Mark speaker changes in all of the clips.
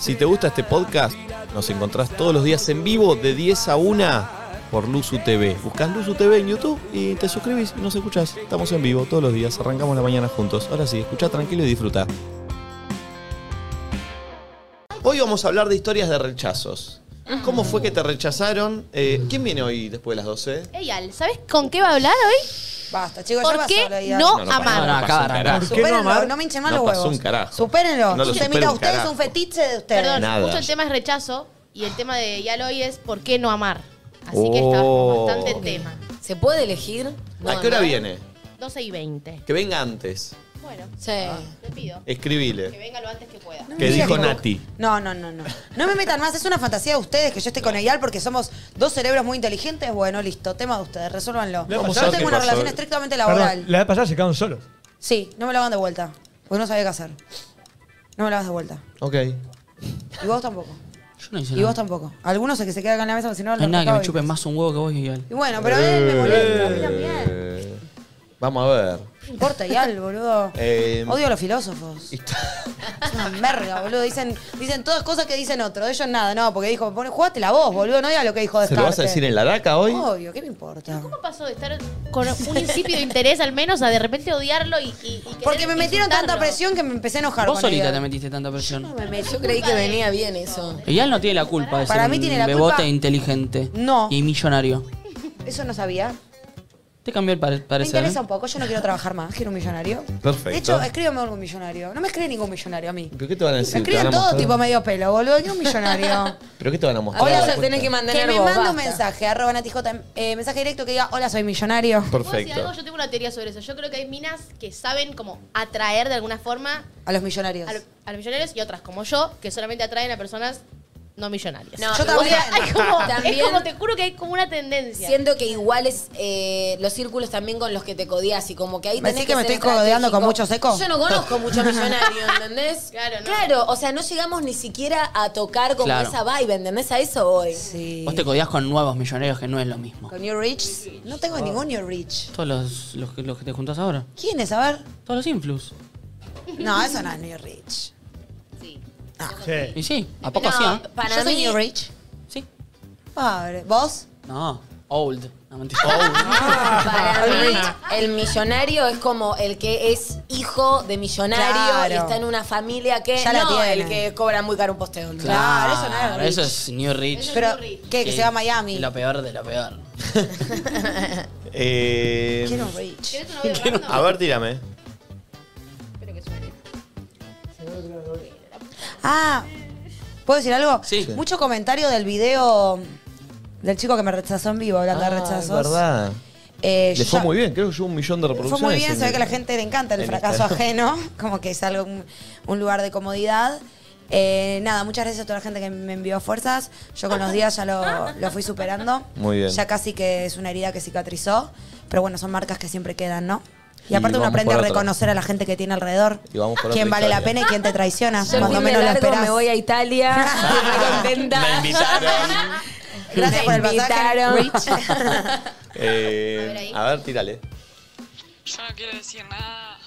Speaker 1: Si te gusta este podcast, nos encontrás todos los días en vivo de 10 a 1 por Luzu TV. Buscás Luzu TV en YouTube y te suscribís y nos escuchás. Estamos en vivo todos los días, arrancamos la mañana juntos. Ahora sí, escuchá tranquilo y disfruta. Hoy vamos a hablar de historias de rechazos. ¿Cómo fue que te rechazaron? Eh, ¿Quién viene hoy después de las 12?
Speaker 2: Eyal, ¿sabes con qué va a hablar hoy?
Speaker 3: Basta, chicos,
Speaker 2: ¿Por
Speaker 3: ya pasó
Speaker 2: qué
Speaker 3: la idea.
Speaker 2: no?
Speaker 1: pasó-
Speaker 2: amar.
Speaker 1: pasó
Speaker 4: Acá
Speaker 1: un
Speaker 4: arranca.
Speaker 1: carajo.
Speaker 4: ¿Por qué no
Speaker 3: Supérenlo,
Speaker 4: amar?
Speaker 3: no me hinchen más
Speaker 1: No
Speaker 3: los
Speaker 1: pasó
Speaker 3: huevos.
Speaker 1: un carajo.
Speaker 3: Supérenlo.
Speaker 1: No lo
Speaker 3: Este
Speaker 1: supero
Speaker 3: mira,
Speaker 1: un
Speaker 3: ustedes
Speaker 1: carajo.
Speaker 3: es un fetiche de ustedes.
Speaker 2: Perdón,
Speaker 1: Nada.
Speaker 2: justo el tema es rechazo y el tema de Eyal hoy es por qué no amar. Así que
Speaker 1: Oh.
Speaker 2: está bastante el tema.
Speaker 5: ¿Se puede elegir? No,
Speaker 1: ¿A qué hora
Speaker 5: no.
Speaker 1: viene?
Speaker 2: 12 y 20.
Speaker 1: Que venga antes.
Speaker 2: Bueno,
Speaker 5: Sí.
Speaker 2: te pido que
Speaker 1: Escribile.
Speaker 2: venga lo antes que pueda.
Speaker 1: Que
Speaker 3: Mira,
Speaker 1: dijo
Speaker 3: que-
Speaker 1: Nati.
Speaker 3: No, no, no, no. No me metan más, es una fantasía de ustedes que yo esté con Eyal porque somos dos cerebros muy inteligentes. Bueno, listo, tema de ustedes, resólvanlo.
Speaker 1: Le ha
Speaker 3: Yo
Speaker 1: pasado que
Speaker 3: tengo una
Speaker 1: pasó-
Speaker 3: relación estrictamente laboral.
Speaker 6: Perdón, la vez pasada se quedaron solos.
Speaker 3: Sí, no me lo hagan de vuelta. Porque no sabía qué hacer. No me lo hagas de vuelta.
Speaker 1: Ok.
Speaker 3: Y vos tampoco.
Speaker 4: Yo no hice
Speaker 3: Y vos
Speaker 4: nada.
Speaker 3: tampoco. Algunos es que se quedan acá en la mesa porque si no
Speaker 4: No hay
Speaker 3: los
Speaker 4: nada que me
Speaker 3: recabo y-
Speaker 4: chupe más un huevo que vos, Miguel.
Speaker 3: Y bueno, pero él me molesta, a mí también.
Speaker 1: Eh, vamos a ver.
Speaker 3: No importa, Eyal, boludo.
Speaker 1: Eh,
Speaker 3: Odio a los filósofos.
Speaker 1: Histo-
Speaker 3: Es una merga, boludo. Dicen, dicen todas cosas que dicen otros. De ellos nada, no, porque dijo, pone, jugate la voz, boludo. No digas lo que dijo de
Speaker 1: ¿Se lo vas a decir en la DACA hoy?
Speaker 3: Obvio, ¿qué me importa?
Speaker 2: ¿Cómo pasó de estar con un incipio de interés al menos a de repente odiarlo y, y- y querer
Speaker 3: Porque me metieron tanta
Speaker 2: insultarlo?
Speaker 3: presión que me empecé a enojar.
Speaker 4: Vos
Speaker 3: con
Speaker 4: solita
Speaker 3: ella.
Speaker 4: te metiste tanta presión.
Speaker 5: Me- Yo creí que venía bien eso.
Speaker 4: Y él no tiene la culpa de ser
Speaker 3: Para mí
Speaker 4: un
Speaker 3: tiene la
Speaker 4: bebote
Speaker 3: culpa-
Speaker 4: inteligente.
Speaker 3: No.
Speaker 4: Y millonario.
Speaker 3: Eso no sabía.
Speaker 4: Te cambió el pare-
Speaker 3: Me
Speaker 4: parecer.
Speaker 3: interesa
Speaker 4: ¿eh?
Speaker 3: un poco, yo no quiero trabajar más, quiero un millonario.
Speaker 1: Perfecto.
Speaker 3: De hecho, escríbeme algún millonario. No me escribe ningún millonario a mí.
Speaker 1: ¿Pero qué te van a decir?
Speaker 3: Me
Speaker 1: ¿Te
Speaker 3: escriben
Speaker 1: van a
Speaker 3: todo
Speaker 1: mostrar?
Speaker 3: tipo medio pelo, boludo. Quiero un millonario.
Speaker 1: ¿Pero qué te van a mostrar?
Speaker 5: Ahora
Speaker 1: la
Speaker 5: se
Speaker 1: respuesta?
Speaker 5: tenés que
Speaker 3: que
Speaker 5: mantener
Speaker 3: me
Speaker 5: vos,
Speaker 3: manda un
Speaker 5: basta.
Speaker 3: mensaje, arroba natijota, eh, mensaje directo que diga, hola, soy millonario.
Speaker 2: ¿Puedo decir algo?
Speaker 1: Perfecto.
Speaker 2: Yo tengo una teoría sobre eso. Yo creo que hay minas que saben como atraer de alguna forma
Speaker 3: A los millonarios.
Speaker 2: a, lo- a los millonarios y otras como yo que solamente atraen a personas no millonarias.
Speaker 5: No,
Speaker 3: Yo
Speaker 5: igual-
Speaker 3: también.
Speaker 2: Hay como- es
Speaker 5: También-
Speaker 2: como, te juro que hay como una tendencia.
Speaker 5: Siento que igual es eh, los círculos también con los que te codeás y como que ahí
Speaker 3: ¿Me
Speaker 5: tenés
Speaker 3: decís que me
Speaker 5: ser
Speaker 3: estoy codeando con mucho
Speaker 5: estratégico.
Speaker 3: seco?
Speaker 5: Yo no conozco mucho millonario, ¿entendés?
Speaker 2: Claro, no.
Speaker 5: Claro, o sea, no llegamos ni siquiera a tocar como
Speaker 4: Claro.
Speaker 5: esa vibe, ¿entendés? A eso voy.
Speaker 3: Sí.
Speaker 4: Vos te codiás con nuevos millonarios que no es lo mismo.
Speaker 3: ¿Con New Rich? No
Speaker 1: Ah.
Speaker 3: tengo ningún New Rich.
Speaker 4: Todos los, los, que- los que te juntás ahora.
Speaker 3: ¿Quién es? A ver.
Speaker 4: Todos los influx.
Speaker 3: No, eso no es New Rich.
Speaker 6: Sí.
Speaker 4: Y sí, ¿a poco
Speaker 5: No,
Speaker 4: hacían?
Speaker 5: Para
Speaker 3: ¿Yo soy
Speaker 5: mí-
Speaker 3: New Rich?
Speaker 4: Sí.
Speaker 3: Padre. ¿Vos?
Speaker 4: No, old. No, mentira. Old.
Speaker 5: Para mí, el millonario es como el que es hijo de millonario
Speaker 3: Claro.
Speaker 5: y está en una familia que
Speaker 3: Ya la
Speaker 5: no
Speaker 3: tiene.
Speaker 5: el que cobra muy caro un posteo. ¿no?
Speaker 3: Claro, eso no era rich.
Speaker 4: Eso es New Rich.
Speaker 3: Pero,
Speaker 2: New Rich.
Speaker 3: ¿qué? Que
Speaker 4: Sí.
Speaker 3: se va a Miami.
Speaker 4: Lo peor de lo peor.
Speaker 1: Eh,
Speaker 3: Quiero un Rich.
Speaker 2: ¿Querés un audio de Brandon?
Speaker 1: a ver, tírame.
Speaker 2: Espero que suene.
Speaker 3: Ah, ¿puedo decir algo?
Speaker 4: Sí.
Speaker 3: Mucho comentario del video del chico que me rechazó en vivo, hablando de
Speaker 1: Ah, es
Speaker 3: rechazos.
Speaker 1: verdad.
Speaker 3: Eh,
Speaker 1: Le fue
Speaker 3: yo-
Speaker 1: muy bien, creo que hubo un millón de
Speaker 3: Fue
Speaker 1: reproducciones.
Speaker 3: muy bien,
Speaker 1: en-
Speaker 3: se ve que a la gente le encanta el
Speaker 1: en
Speaker 3: fracaso
Speaker 1: Instagram.
Speaker 3: ajeno, como que es algo, un, un lugar de comodidad. Eh, nada, muchas gracias a toda la gente que me envió fuerzas. Yo con los días ya lo, lo fui superando.
Speaker 1: Muy bien.
Speaker 3: Ya casi que es una herida que cicatrizó, pero bueno, son marcas que siempre quedan, ¿no? Y
Speaker 1: Y
Speaker 3: aparte uno
Speaker 1: vamos
Speaker 3: aprende a
Speaker 1: por otra.
Speaker 3: reconocer a la gente que tiene alrededor,
Speaker 1: Y vamos por otra
Speaker 3: quién vale la
Speaker 1: historia.
Speaker 3: pena y quién te traiciona,
Speaker 5: Yo el
Speaker 3: cuando
Speaker 5: fin de
Speaker 3: menos lo
Speaker 5: largo
Speaker 3: esperás.
Speaker 5: me voy a Italia. Estoy re contenta.
Speaker 1: Me invitaron.
Speaker 3: Gracias
Speaker 5: Me
Speaker 3: por el pasaje.
Speaker 5: invitaron.
Speaker 3: Rich.
Speaker 1: Eh,
Speaker 2: A ver ahí.
Speaker 1: a ver, tírale.
Speaker 7: Yo no quiero decir nada,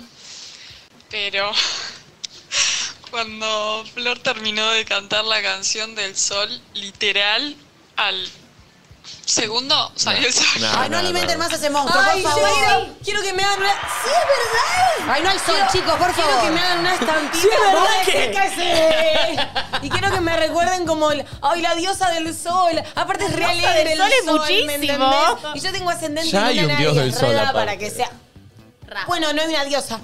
Speaker 7: pero cuando Flor terminó de cantar la canción del sol, literal, al segundo salió el sol.
Speaker 1: No,
Speaker 3: Ay, Ah, no alimenten más a ese monstruo,
Speaker 5: Ay,
Speaker 3: por
Speaker 5: yo
Speaker 3: favor.
Speaker 5: quiero, quiero que me hagan una. ¡Sí, es verdad!
Speaker 3: Ay, no hay sol, chicos, por
Speaker 5: quiero
Speaker 3: favor.
Speaker 5: que me hagan una estampita.
Speaker 3: Sí, es verdad
Speaker 5: vos,
Speaker 3: que-
Speaker 5: acércase. Y quiero que me recuerden como el, ay, la diosa del sol. Aparte es re
Speaker 2: La diosa
Speaker 5: alegre
Speaker 2: del
Speaker 5: el
Speaker 2: sol
Speaker 5: sol,
Speaker 2: es
Speaker 5: ¿me
Speaker 2: muchísimo.
Speaker 5: entendés? Y yo tengo ascendente
Speaker 1: Ya
Speaker 5: en
Speaker 1: hay
Speaker 5: una
Speaker 1: un dios
Speaker 5: nariz,
Speaker 1: del
Speaker 5: re
Speaker 1: sol,
Speaker 5: da
Speaker 1: aparte.
Speaker 5: para que sea.
Speaker 2: Ra.
Speaker 5: Bueno, no es una diosa.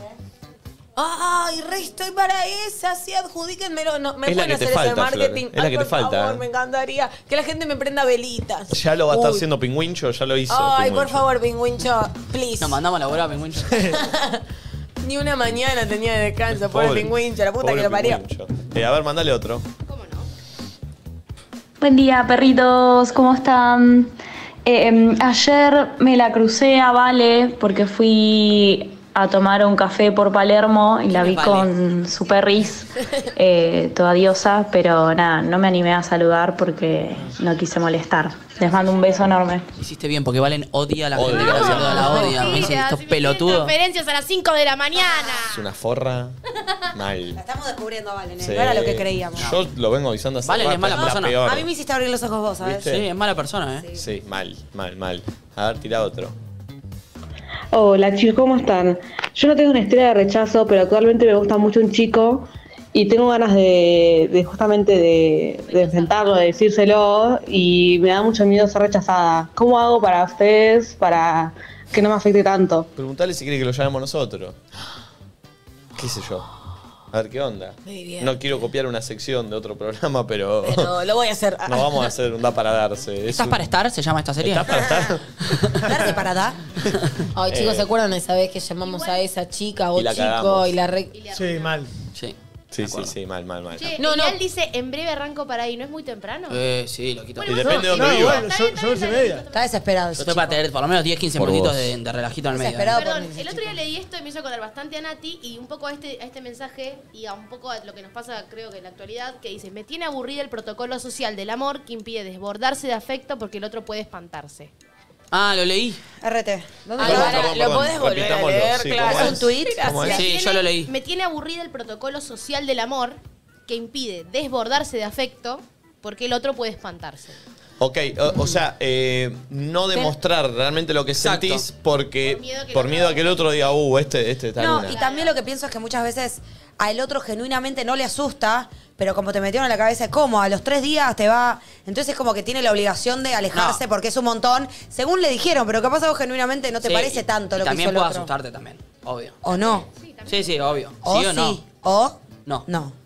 Speaker 5: Ay, re estoy para esa, sí, adjudíquenmelo. No, me
Speaker 1: Es la
Speaker 5: pueden
Speaker 1: que te
Speaker 5: hacer eso de
Speaker 1: falta, Flor,
Speaker 5: marketing.
Speaker 1: es la
Speaker 5: Ay,
Speaker 1: que te
Speaker 5: por
Speaker 1: falta,
Speaker 5: favor,
Speaker 1: eh.
Speaker 5: me encantaría. Que la gente me prenda velitas.
Speaker 1: Ya lo va a estar
Speaker 5: Uy.
Speaker 1: haciendo Pingüincho, ya lo hizo.
Speaker 5: Ay, por
Speaker 1: Pingüincho.
Speaker 5: favor, pingüincho, please.
Speaker 4: Nos mandamos a la bola, pingüino.
Speaker 5: Ni una mañana tenía de descanso, pobre, pingüincho, la puta
Speaker 1: pobre
Speaker 5: que lo parió.
Speaker 1: Pingüincho. Eh, a ver, mandale otro.
Speaker 2: ¿Cómo no?
Speaker 8: Buen día, perritos, ¿cómo em, están? Eh, ayer me la crucé a Vale porque fui a tomar un café por Palermo y la
Speaker 5: Me
Speaker 8: vi
Speaker 5: vale.
Speaker 8: con su perris, eh, toda diosa, pero nada, no me animé a saludar porque no quise molestar. Les mando un beso enorme.
Speaker 4: Hiciste bien, porque Valen odia a la gente que
Speaker 1: Odio.
Speaker 4: la saluda, la odia. Me dicen
Speaker 2: Mira,
Speaker 4: estos
Speaker 2: si me tienen
Speaker 4: pelotudos.
Speaker 2: Conferencias a las 5 de la mañana.
Speaker 5: Ah.
Speaker 1: Es una forra mal.
Speaker 3: Estamos descubriendo a Valen, ¿eh?
Speaker 1: Sí.
Speaker 3: no era lo que creíamos.
Speaker 1: Yo lo vengo avisando hace
Speaker 4: Valen es
Speaker 1: rato,
Speaker 4: mala
Speaker 1: la
Speaker 4: persona.
Speaker 1: peor.
Speaker 3: A mí me hiciste abrir los ojos vos, ¿sabes?
Speaker 1: ¿Viste?
Speaker 4: Sí, es mala persona, ¿eh?
Speaker 1: Sí, mal, mal, mal. A ver, tira otro.
Speaker 9: Hola chicos, ¿cómo están? Yo no tengo una historia de rechazo, pero actualmente me gusta mucho un chico y tengo ganas de, de justamente de, de enfrentarlo, de decírselo y me da mucho miedo ser rechazada. ¿Cómo hago para ustedes, para que no me afecte tanto?
Speaker 1: Preguntale si quiere que lo llamemos nosotros. ¿Qué sé yo? A ver qué onda. No quiero copiar una sección de otro programa, pero.
Speaker 5: Pero lo voy a hacer.
Speaker 1: no vamos a hacer un da para darse. Es
Speaker 4: ¿Estás
Speaker 1: un-
Speaker 4: para estar? ¿Se llama esta serie?
Speaker 1: ¿Estás para estar?
Speaker 3: Darte para dar.
Speaker 5: Ah, Ay, chicos,
Speaker 1: Eh.
Speaker 5: ¿se acuerdan esa vez que llamamos a esa chica o
Speaker 1: Y la
Speaker 5: chico
Speaker 1: cagamos.
Speaker 5: y la re...
Speaker 6: Sí, mal.
Speaker 4: Sí.
Speaker 1: Sí, sí, sí, mal, mal, mal.
Speaker 2: Che,
Speaker 5: No,
Speaker 2: no,
Speaker 5: no.
Speaker 2: dice, en breve arranco para ahí, ¿no es muy temprano?
Speaker 4: Eh, sí, lo quito.
Speaker 1: Y depende de dónde
Speaker 6: No,
Speaker 1: viva.
Speaker 6: bueno, son son once y media.
Speaker 3: Está desesperado.
Speaker 4: Yo
Speaker 3: ese
Speaker 4: estoy para
Speaker 3: chico.
Speaker 4: tener por lo menos 10, 15
Speaker 1: Por
Speaker 4: minutitos
Speaker 1: vos.
Speaker 4: de, de relajito en el medio. ¿eh?
Speaker 3: Desesperado.
Speaker 2: Perdón,
Speaker 3: por-
Speaker 2: el otro día leí esto y me hizo acordar bastante a Nati y un poco a este, a este mensaje y a un poco a lo que nos pasa creo que en la actualidad, que dice, me tiene aburrida el protocolo social del amor que impide desbordarse de afecto porque el otro puede espantarse.
Speaker 4: Ah, lo leí.
Speaker 3: RT. ¿Dónde
Speaker 5: Ah,
Speaker 3: lo
Speaker 5: no,
Speaker 3: van a-
Speaker 5: lo podés volver a
Speaker 1: repitámoslo.
Speaker 5: leer,
Speaker 1: Sí,
Speaker 5: claro.
Speaker 1: ¿cómo
Speaker 3: Es un tuit.
Speaker 1: ¿Cómo
Speaker 4: Sí,
Speaker 1: es?
Speaker 2: Me
Speaker 4: yo
Speaker 2: tiene-
Speaker 4: lo leí.
Speaker 2: Me tiene aburrida el protocolo social del amor que impide desbordarse de afecto porque el otro puede espantarse.
Speaker 1: Ok, o, o sea, eh, no demostrar realmente lo que
Speaker 4: Exacto.
Speaker 1: sentís porque
Speaker 2: Por miedo que
Speaker 1: por
Speaker 2: lo-
Speaker 1: miedo a que el otro diga, uh, este, este está en
Speaker 3: No,
Speaker 1: una".
Speaker 3: y también lo que pienso es que muchas veces al otro genuinamente no le asusta, pero como te metieron en la cabeza, ¿cómo? A los tres días te va. Entonces, como que tiene la obligación de alejarse
Speaker 4: No.
Speaker 3: porque es un montón, según le dijeron, pero capaz a vos genuinamente no te
Speaker 4: Sí,
Speaker 3: parece
Speaker 4: y-
Speaker 3: tanto
Speaker 4: y
Speaker 3: lo que hizo
Speaker 4: También
Speaker 3: el
Speaker 4: puede
Speaker 3: otro.
Speaker 4: asustarte también, obvio.
Speaker 3: O no.
Speaker 4: Sí, sí, obvio. ¿Sí
Speaker 3: O
Speaker 4: o,
Speaker 3: Oh, sí.
Speaker 4: no?
Speaker 3: O
Speaker 4: No.
Speaker 3: No.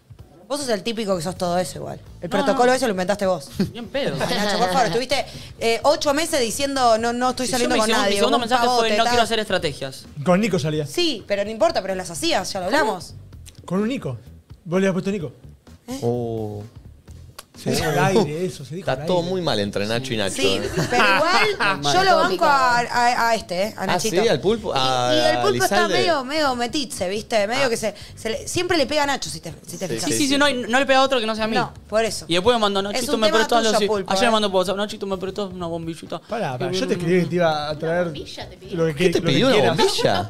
Speaker 3: Vos sos el típico que sos todo eso igual. El protocolo eso lo inventaste vos.
Speaker 4: Bien pedo.
Speaker 3: Ay, Nacho, por favor, estuviste eh, ocho meses diciendo no, no estoy
Speaker 4: Si yo
Speaker 3: saliendo
Speaker 4: mi
Speaker 3: con
Speaker 4: segundo-
Speaker 3: nadie.
Speaker 4: Mi segundo
Speaker 3: un
Speaker 4: mensaje
Speaker 3: pavote,
Speaker 4: fue no
Speaker 3: tal".
Speaker 4: quiero hacer estrategias.
Speaker 6: Con Nico salía.
Speaker 3: Sí, pero no importa, pero las hacías, ya lo hablamos.
Speaker 6: Con un Nico. Vos le has puesto Nico.
Speaker 1: Uh,
Speaker 6: Se dijo al aire eso, se dijo al
Speaker 1: está todo
Speaker 6: aire.
Speaker 1: muy mal entre Nacho y Nacho.
Speaker 3: Sí,
Speaker 1: ¿eh?
Speaker 3: pero igual yo lo banco a, a- a este, eh, a
Speaker 1: Ah,
Speaker 3: Nachito.
Speaker 1: sí, al pulpo. A
Speaker 3: y, y el pulpo está
Speaker 1: Lizalde. Ah.
Speaker 3: medio, medio metiche, ¿viste? Medio que se, se le- siempre le pega a Nacho, si te, si te
Speaker 1: Sí,
Speaker 3: fijas.
Speaker 4: Sí, sí, sí, no, hay- no le pega a otro que no sea a mí.
Speaker 3: No, por eso.
Speaker 4: Y después me mandó, Nachito,
Speaker 3: un
Speaker 4: me
Speaker 3: tema
Speaker 4: prestó algo
Speaker 3: tuyo,
Speaker 4: así.
Speaker 3: Pulpo,
Speaker 4: Ayer
Speaker 3: eh.
Speaker 4: me mandó por WhatsApp, Nachito, me prestó una bombillita.
Speaker 6: Pará, pará, yo te escribí que te iba a traer
Speaker 2: bombilla te pidió.
Speaker 6: lo que,
Speaker 1: ¿Qué te
Speaker 6: lo que
Speaker 1: pidió una
Speaker 6: quieras.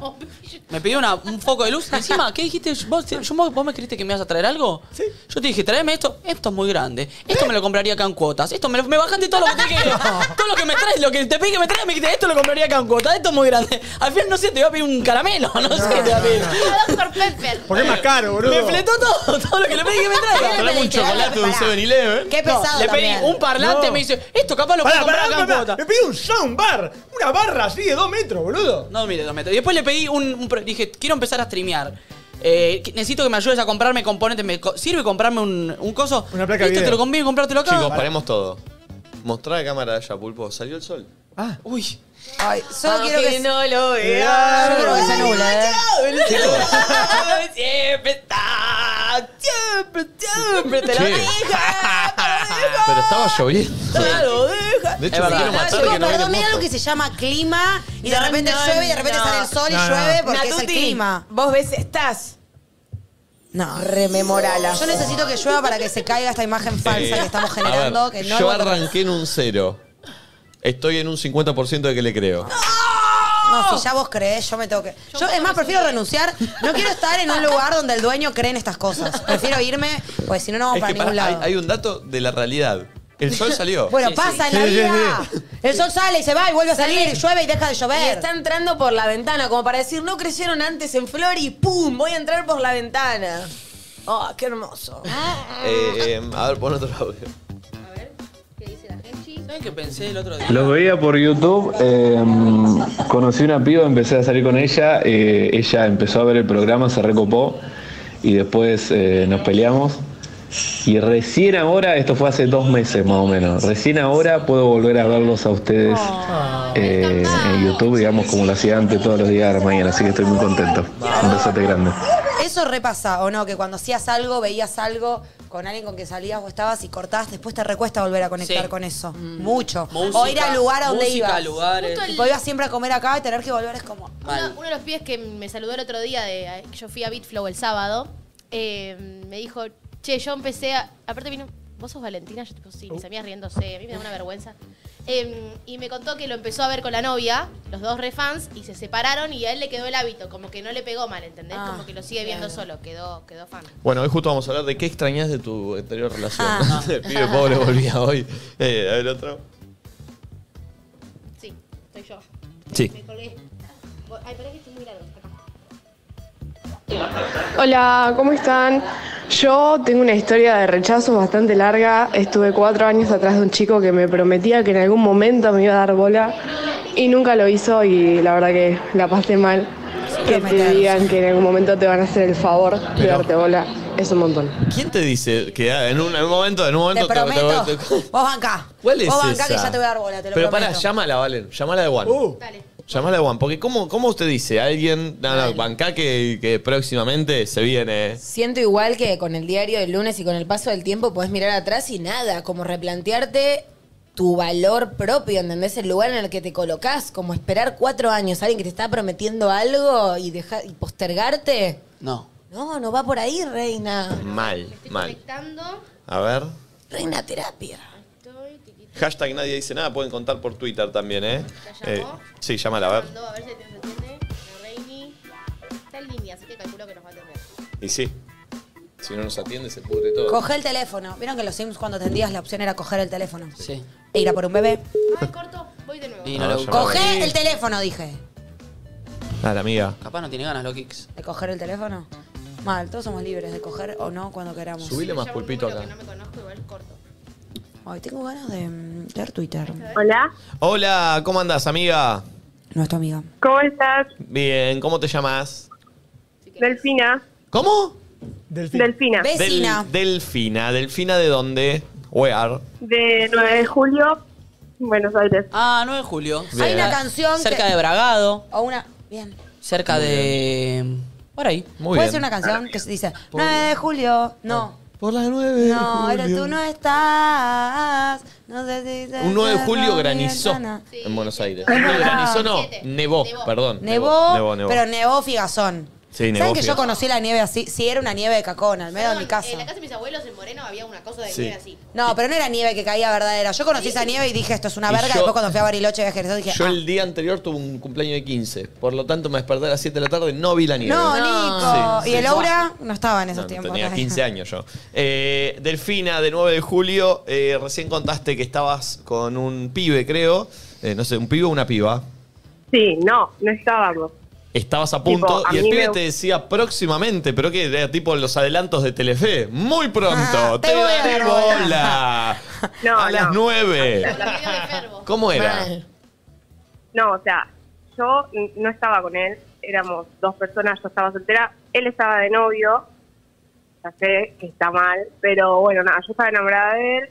Speaker 1: bombilla?
Speaker 4: Me pidió una- un foco de luz. Encima, ¿qué dijiste? ¿Vos, yo- vos, vos me creíste que me ibas a traer algo?
Speaker 6: Sí.
Speaker 4: Yo te dije, tráeme esto. Esto es muy grande. Esto me lo compraría acá en cuotas. Esto me, lo- me bajaste todo lo que te dije. Todo lo que me traes, lo que te pedí que me traigas, me dijiste, esto lo compraría acá en cuotas. Esto es muy grande. Al final, no sé, te iba a pedir un caramelo. No, sé qué te iba a pedir.
Speaker 2: Dr. Pepper.
Speaker 6: Porque es más caro, boludo.
Speaker 4: Me fletó todo, todo lo que le pedí que me traiga.
Speaker 1: Traeme un chocolate de un 7-Eleven.
Speaker 3: Qué pesado
Speaker 4: le pedí
Speaker 3: también.
Speaker 4: un parlante,
Speaker 6: No.
Speaker 4: me dice, esto capaz lo puedo
Speaker 6: Pará, pará,
Speaker 4: comprar acá en
Speaker 6: pará,
Speaker 4: cuotas.
Speaker 6: Me pidió un soundbar. Una barra así de dos metros, boludo.
Speaker 4: No, mire, dos metros. Y después le pedí un, un pro- Dije, quiero empezar a streamear. Eh, que- necesito que me ayudes a comprarme componentes. ¿Me co- ¿Sirve comprarme un, un coso?
Speaker 6: Una placa de
Speaker 4: Listo,
Speaker 6: video.
Speaker 4: te lo conviene comprártelo acá.
Speaker 1: Chicos, paremos todo. Mostrar a cámara allá, pulpo. ¿Salió el sol?
Speaker 6: Ah.
Speaker 4: Uy.
Speaker 3: Ay, solo quiero que,
Speaker 5: Ah, no lo
Speaker 6: Eh,
Speaker 3: yo quiero que Ah, se anule, ¿eh?
Speaker 4: siempre está. Siempre, siempre te
Speaker 1: Che. Pero estaba lloviendo.
Speaker 4: lo deja.
Speaker 1: De hecho,
Speaker 4: Es
Speaker 1: me
Speaker 4: verdad.
Speaker 1: quiero
Speaker 3: No,
Speaker 1: matar
Speaker 3: chicos,
Speaker 1: que no
Speaker 3: perdón,
Speaker 1: viene
Speaker 3: mira
Speaker 1: moto.
Speaker 3: lo que se llama clima y de
Speaker 5: No,
Speaker 3: repente
Speaker 5: no,
Speaker 3: llueve y de repente
Speaker 5: no.
Speaker 3: sale el sol y
Speaker 6: No, no.
Speaker 3: llueve porque es el clima.
Speaker 5: Vos ves, estás.
Speaker 3: No,
Speaker 5: Rememorala.
Speaker 3: yo necesito que llueva para que se caiga esta imagen falsa
Speaker 1: Eh,
Speaker 3: que estamos
Speaker 1: a
Speaker 3: generando.
Speaker 1: ver,
Speaker 3: que no
Speaker 1: yo
Speaker 3: es lo que-
Speaker 1: arranqué en un cero. Estoy en un 50% de que le creo.
Speaker 3: No, si ya vos creés, yo me tengo que. Yo, es más, prefiero renunciar. No quiero estar en un lugar donde el dueño cree en estas cosas. Prefiero irme, pues si no, no vamos
Speaker 1: es
Speaker 3: para
Speaker 1: que
Speaker 3: ningún
Speaker 1: pará, hay,
Speaker 3: lado.
Speaker 1: hay un dato de la realidad. El sol salió.
Speaker 3: Bueno,
Speaker 4: Sí,
Speaker 3: pasa
Speaker 6: sí.
Speaker 3: en la
Speaker 6: Sí, sí,
Speaker 3: vida. El sol sale y se va y vuelve a
Speaker 5: Sale.
Speaker 3: salir, y llueve y deja de
Speaker 5: Y
Speaker 3: llover.
Speaker 5: está entrando por la ventana, como para decir, no creyeron antes en Flor y ¡pum! Voy a entrar por la ventana. ¡Oh, qué hermoso!
Speaker 3: Ah,
Speaker 1: Eh, eh, a ver, pon otro audio.
Speaker 4: ¿Saben qué pensé el otro día?
Speaker 10: Los veía por YouTube, eh, conocí una piba, empecé a salir con ella, eh, ella empezó a ver el programa, se recopó y después eh, nos peleamos. Y recién ahora, esto fue hace dos meses más o menos, recién ahora puedo volver a verlos a ustedes eh, en YouTube, digamos como lo hacía antes todos los días de la mañana, así que estoy muy contento. Un besote grande.
Speaker 3: Eso repasa, ¿o no? Que cuando hacías algo, veías algo, con alguien con quien salías o estabas y cortabas, después te recuesta volver a conectar
Speaker 4: Sí. Mm.
Speaker 3: con eso. Mucho. o
Speaker 4: Música,
Speaker 3: ir al lugar a donde
Speaker 4: música,
Speaker 3: ibas.
Speaker 4: lugares. Justo
Speaker 3: Y
Speaker 4: el-
Speaker 3: ibas siempre a comer acá y tener que volver es como...
Speaker 4: Mal.
Speaker 2: Uno, uno de los pies que me saludó el otro día, de, yo fui a Bitflow el sábado, eh, me dijo, che, yo empecé a... Aparte vino, vos sos Valentina, yo tipo, sí, mis amigas riéndose, a mí me da una vergüenza. Eh, y me contó que lo empezó a ver con la novia, los dos refans, y se separaron y a él le quedó el hábito, como que no le pegó mal, ¿entendés?
Speaker 3: Ah,
Speaker 2: como que lo sigue viendo
Speaker 3: claro.
Speaker 2: solo, quedó, quedó fan.
Speaker 1: Bueno, hoy justo vamos a hablar de qué extrañas de tu anterior relación.
Speaker 3: Ah.
Speaker 1: El pibe pobre volvía hoy. Eh, a ver otro.
Speaker 2: Sí, soy yo.
Speaker 1: Sí.
Speaker 2: Me colgué. Ay, pará que esto es muy largo. Acá.
Speaker 11: Hola, ¿cómo están? Yo tengo una historia de rechazos bastante larga. Estuve cuatro años atrás de un chico que me prometía que en algún momento me iba a dar bola y nunca lo hizo y la verdad que la pasé mal. Este, Que te digan que en algún momento te van a hacer el favor de darte bola es un montón.
Speaker 1: ¿Quién te dice que ah, en un, en un momento, en un momento
Speaker 3: Te prometo. Vos bancá.
Speaker 1: ¿Cuál es
Speaker 3: Vos bancá que
Speaker 1: esa?
Speaker 3: ya te voy a dar bola, te lo
Speaker 1: Pero
Speaker 3: prometo.
Speaker 1: pará, llámala, Valen. Llámala de Juan.
Speaker 6: Uh.
Speaker 1: Llamala de Juan, porque ¿cómo, ¿cómo usted dice? Alguien, no, no, bancá que, que próximamente se viene.
Speaker 5: Siento igual que con el diario del lunes y con el paso del tiempo podés mirar atrás y nada, como replantearte tu valor propio, ¿entendés? El lugar en el que te colocás, como esperar cuatro años a alguien que te está prometiendo algo y, dejar y postergarte.
Speaker 4: No.
Speaker 5: No, no va por ahí, reina.
Speaker 1: Mal, mal.
Speaker 2: Conectando,
Speaker 1: A ver.
Speaker 5: reina terapia.
Speaker 1: Hashtag nadie dice nada, pueden contar por Twitter también, ¿eh? Eh, sí, llámala, a ver.
Speaker 2: mandó, a ver si te entiende. Reini. Está en línea, así que calculo que nos va a atender.
Speaker 1: Y sí. Si no nos atiende, se pudre todo.
Speaker 3: Coge el teléfono. Vieron que en los Sims cuando tendías la opción era coger el teléfono.
Speaker 4: Sí.
Speaker 3: E ir a por un bebé.
Speaker 2: Ay, corto, voy de nuevo.
Speaker 4: Y no
Speaker 1: No,
Speaker 4: lo
Speaker 1: yo
Speaker 3: Coge el teléfono, dije.
Speaker 1: Dale, amiga.
Speaker 4: Capaz no tiene ganas, los kicks.
Speaker 3: ¿De coger el teléfono? Mal, todos somos libres de coger o no cuando queramos.
Speaker 1: Subile más pulpito acá.
Speaker 3: Ay, tengo ganas de mm, leer Twitter.
Speaker 11: Hola.
Speaker 1: Hola, ¿cómo andás, amiga?
Speaker 3: No es tu amiga.
Speaker 11: ¿Cómo estás?
Speaker 1: Bien, ¿cómo te llamas?
Speaker 11: Delfina.
Speaker 1: ¿Cómo?
Speaker 11: Delfina.
Speaker 1: Del- Delfina. ¿Delfina de dónde? Where.
Speaker 11: De 9 de julio, Buenos Aires.
Speaker 4: Ah, 9 de julio.
Speaker 1: Hay una
Speaker 3: canción
Speaker 4: Cerca
Speaker 3: que-
Speaker 4: de Bragado,
Speaker 3: O una. Bien.
Speaker 4: cerca de. Por ahí.
Speaker 1: Muy
Speaker 3: Puede ser una canción que se dice 9 de julio. No.
Speaker 1: Por las 9
Speaker 3: No, pero tú no estás. No sé si te
Speaker 1: Un 9 de
Speaker 3: cerró
Speaker 1: julio
Speaker 3: mi
Speaker 1: granizó
Speaker 3: ventana.
Speaker 1: en Buenos Aires.
Speaker 3: Es
Speaker 1: No,
Speaker 3: verdad.
Speaker 1: granizó no, nevó, perdón.
Speaker 3: Nevó,
Speaker 1: nevó, nevó.
Speaker 3: pero nevó figazón.
Speaker 1: Sí, nevó
Speaker 3: ¿Saben que yo
Speaker 1: figazón.
Speaker 3: conocí la nieve así? Sí, era una nieve de cacón, al medio de mi casa.
Speaker 2: En la casa de mis abuelos en Moreno había una cosa de
Speaker 1: Sí.
Speaker 2: nieve así.
Speaker 3: No, pero no era nieve que caía verdadera. Yo conocí esa nieve y dije, esto es una
Speaker 1: Y
Speaker 3: verga.
Speaker 1: yo-
Speaker 3: Después cuando fui a Bariloche de ejercicio dije,
Speaker 1: Yo
Speaker 3: ah,
Speaker 1: el día anterior tuve un cumpleaños de 15, por lo tanto me desperté a las 7 de la tarde, no vi la nieve.
Speaker 3: no, Nico.
Speaker 1: Sí,
Speaker 3: y
Speaker 1: sí.
Speaker 3: el Oura no estaba en
Speaker 1: No,
Speaker 3: esos
Speaker 1: no
Speaker 3: tiempos.
Speaker 1: tenía
Speaker 3: todavía.
Speaker 1: 15 años yo. Eh, Delfina, de 9 de julio, eh, recién contaste que estabas con un pibe, creo. Eh, no sé, un pibe o una piba.
Speaker 11: Sí, no, no estábamos.
Speaker 1: Estabas a
Speaker 11: Tipo,
Speaker 1: punto
Speaker 11: a
Speaker 1: y el
Speaker 11: mí
Speaker 1: pibe
Speaker 11: me-
Speaker 1: te decía próximamente, pero que era tipo los adelantos de Telefe. Muy pronto, te,
Speaker 11: Ah, te voy a
Speaker 1: daré
Speaker 11: dar bola".
Speaker 1: bola.
Speaker 11: No,
Speaker 1: a las
Speaker 11: no.
Speaker 1: 9. ¿Cómo era?
Speaker 11: No, o sea, yo n- no estaba con él, éramos dos personas, yo estaba soltera, él estaba de novio, ya sé que está mal, pero bueno, nada, yo estaba enamorada de él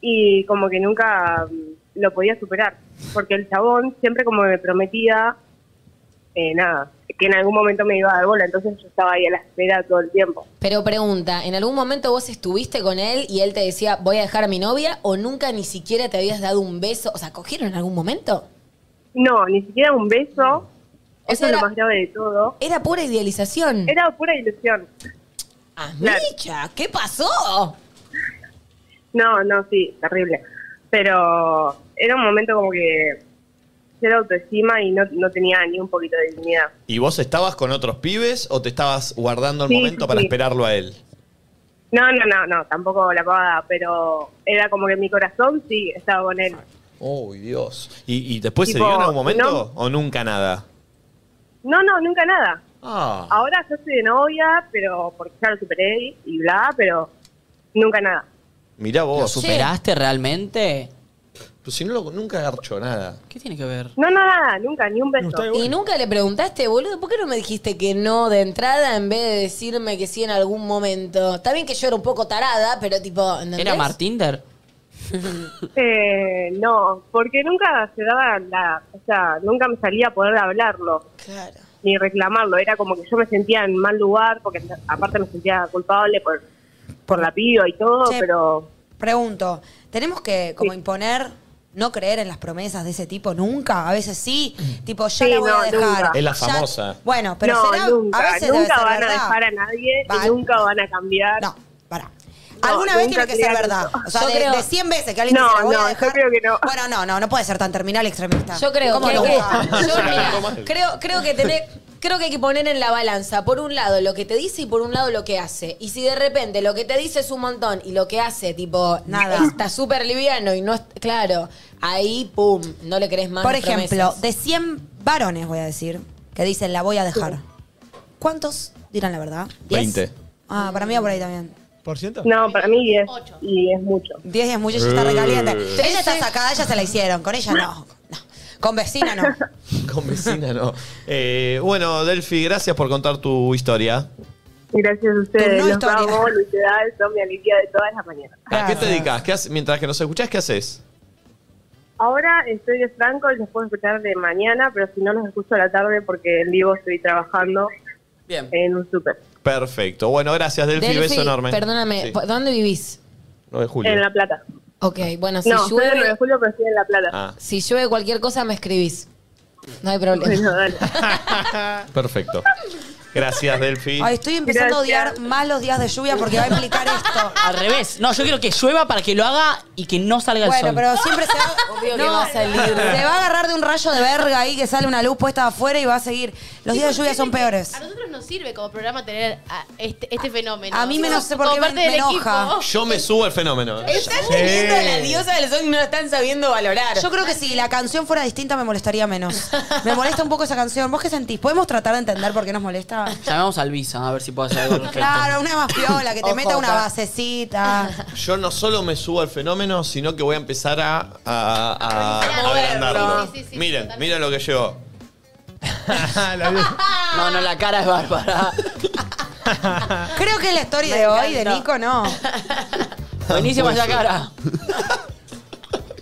Speaker 11: y como que nunca mm, lo podía superar, porque el chabón siempre como me prometía, eh, nada, que en algún momento me iba a dar bola, entonces yo estaba ahí a la espera todo el tiempo.
Speaker 5: Pero pregunta, ¿en algún momento vos estuviste con él y él te decía, voy a dejar a mi novia? ¿O nunca ni siquiera te habías dado un beso? O sea, ¿cogieron en algún momento?
Speaker 11: No, ni siquiera un beso,
Speaker 5: O
Speaker 11: eso
Speaker 5: sea,
Speaker 11: es lo
Speaker 5: era-
Speaker 11: más grave de todo.
Speaker 5: Era pura idealización.
Speaker 11: Era pura ilusión.
Speaker 5: Ah, Micha, ¿qué pasó?
Speaker 11: No, no, sí, terrible. Pero era un momento como que cero autoestima y no, no tenía ni un poquito de dignidad.
Speaker 1: ¿Y vos estabas con otros pibes o te estabas guardando el
Speaker 11: Sí,
Speaker 1: momento
Speaker 11: sí,
Speaker 1: para
Speaker 11: sí.
Speaker 1: esperarlo a él?
Speaker 11: No, no, no, no, tampoco la pavada, pero era como que mi corazón sí estaba con él.
Speaker 1: Uy, Dios. ¿Y, y después se
Speaker 11: Tipo,
Speaker 1: dio en algún momento
Speaker 11: no.
Speaker 1: o nunca nada?
Speaker 11: No, no, nunca nada.
Speaker 1: Ah.
Speaker 11: Ahora yo estoy de novia, pero porque ya lo superé y bla, pero nunca nada.
Speaker 1: Mirá
Speaker 4: ¿Lo
Speaker 1: vos.
Speaker 4: superaste realmente?
Speaker 1: Pues si no, lo- nunca garchó nada.
Speaker 4: ¿Qué tiene que ver?
Speaker 11: No, no, nada, nunca, ni un beso.
Speaker 5: Y nunca le preguntaste, boludo, ¿por qué no me dijiste que no de entrada en vez de decirme que sí en algún momento? Está bien que yo era un poco tarada, pero tipo, ¿entendés?
Speaker 4: ¿Era Martinder?
Speaker 11: Eh, no, porque nunca se daba la, o sea, nunca me salía a poder hablarlo. Ni reclamarlo, era como que yo me sentía en mal lugar, porque aparte me sentía culpable por por la piba y todo,
Speaker 3: Che,
Speaker 11: pero
Speaker 3: Pregunto, ¿tenemos que como imponer no creer en las promesas de ese tipo nunca? A veces sí, tipo, ya
Speaker 11: Sí,
Speaker 3: la voy
Speaker 11: no,
Speaker 3: a dejar.
Speaker 11: nunca.
Speaker 1: Es la
Speaker 3: Ya-
Speaker 1: famosa.
Speaker 3: bueno, pero
Speaker 11: no,
Speaker 3: será-
Speaker 11: nunca,
Speaker 3: a veces debe
Speaker 11: nunca
Speaker 3: ser
Speaker 11: van
Speaker 3: verdad.
Speaker 11: a dejar a nadie
Speaker 3: Va-
Speaker 11: y nunca van a cambiar.
Speaker 3: No, para. Alguna vez tiene que ser verdad. O sea,
Speaker 5: Yo
Speaker 3: de,
Speaker 5: creo-
Speaker 3: de 100 veces que alguien
Speaker 11: No,
Speaker 3: dice, la voy
Speaker 11: no,
Speaker 3: a
Speaker 11: yo
Speaker 3: dejar.
Speaker 11: creo que no.
Speaker 3: Bueno, no, no, no puede ser tan terminal y extremista.
Speaker 5: Yo creo
Speaker 3: ¿Cómo
Speaker 5: que,
Speaker 3: lo
Speaker 5: hay que-
Speaker 3: busca?
Speaker 5: yo, mira,
Speaker 1: Todo mal.
Speaker 5: creo, creo que tener, creo que hay que poner en la balanza, por un lado lo que te dice y por un lado lo que hace. Y si de repente lo que te dice es un montón y lo que hace, tipo,
Speaker 3: Nada.
Speaker 5: está súper liviano y no es, claro, ahí, pum, no le crees más.
Speaker 3: Por
Speaker 5: las
Speaker 3: ejemplo,
Speaker 5: promesas.
Speaker 3: de 100 varones, voy a decir, que dicen la voy a dejar, ¿cuántos dirán la verdad? ¿Diez?
Speaker 1: 20.
Speaker 3: Ah, para mí va por ahí también.
Speaker 6: ¿Por ciento?
Speaker 11: No, para mí 10
Speaker 2: Ocho.
Speaker 11: y es mucho.
Speaker 3: 10 es mucho, ella está recaliente.
Speaker 1: Eh.
Speaker 3: Ella está sacada, ella se la hicieron. Con ella no. no. Con vecina no.
Speaker 1: Con vecina no. Eh, bueno, Delphi, gracias por contar tu historia.
Speaker 11: Gracias a ustedes,
Speaker 3: no
Speaker 11: los
Speaker 3: historia.
Speaker 11: amo, literal, son mi alegría de todas las mañanas.
Speaker 1: ¿A qué
Speaker 3: Gracias.
Speaker 1: te dedicas? ¿Qué haces? Mientras que nos escuchás, ¿qué haces?
Speaker 11: Ahora estoy de Franco y los puedo escuchar de mañana, pero si no los escucho a la tarde porque en vivo estoy trabajando
Speaker 4: Bien.
Speaker 11: en un súper.
Speaker 1: Perfecto. Bueno, gracias, Delphi.
Speaker 5: Delphi,
Speaker 1: Beso enorme.
Speaker 5: Perdóname,
Speaker 1: Sí,
Speaker 5: ¿po- ¿dónde vivís?
Speaker 1: 9 de julio.
Speaker 11: En La Plata.
Speaker 5: Ok, bueno, si
Speaker 11: no, soy de 9 de
Speaker 5: llueve,
Speaker 11: julio, pero estoy en La Plata.
Speaker 1: Ah,
Speaker 5: si llueve cualquier cosa me escribís. No hay problema.
Speaker 11: Bueno, dale.
Speaker 1: Ah. perfecto. Gracias, Delphi.
Speaker 3: Ay, estoy empezando a odiar
Speaker 11: Gracias.
Speaker 3: más los días de lluvia porque va a implicar esto.
Speaker 4: Al revés. No, yo quiero que llueva para que lo haga y que no salga
Speaker 3: Bueno,
Speaker 4: el sol.
Speaker 3: pero siempre se va,
Speaker 5: Obvio que
Speaker 3: no,
Speaker 5: va a salir.
Speaker 3: se va a agarrar de un rayo de verga ahí que sale una luz puesta afuera y va a seguir. Los días de lluvia son peores.
Speaker 2: A nosotros nos sirve como programa tener a este, este fenómeno.
Speaker 3: A mí me no sé por
Speaker 2: Como
Speaker 3: qué
Speaker 2: parte
Speaker 3: me-
Speaker 2: del
Speaker 3: me enoja.
Speaker 2: equipo.
Speaker 1: Yo me subo al fenómeno.
Speaker 5: Están teniendo a la diosa del sol y no la están sabiendo valorar.
Speaker 3: Yo creo que si la canción fuera distinta me molestaría menos. Me molesta un poco esa canción. ¿Vos qué sentís? ¿Podemos tratar de entender por qué nos molesta?
Speaker 4: Llamemos al Visa a ver si puedo hacer algo. al respecto.
Speaker 3: Claro, una más piola, que te
Speaker 5: Ojo,
Speaker 3: meta una
Speaker 5: pa.
Speaker 3: basecita.
Speaker 1: Yo no solo me subo al fenómeno, sino que voy a empezar a, a, a-
Speaker 2: A
Speaker 1: a
Speaker 2: moverlo.
Speaker 1: agrandarlo.
Speaker 2: Sí, sí, sí,
Speaker 1: miren,
Speaker 2: totalmente.
Speaker 1: miren lo que llegó.
Speaker 6: La vi-
Speaker 4: No, no, la cara es bárbara.
Speaker 3: Creo que es la historia
Speaker 5: Me
Speaker 3: de hoy, de
Speaker 5: encanta.
Speaker 3: Nico, no.
Speaker 4: Buenísima esa cara.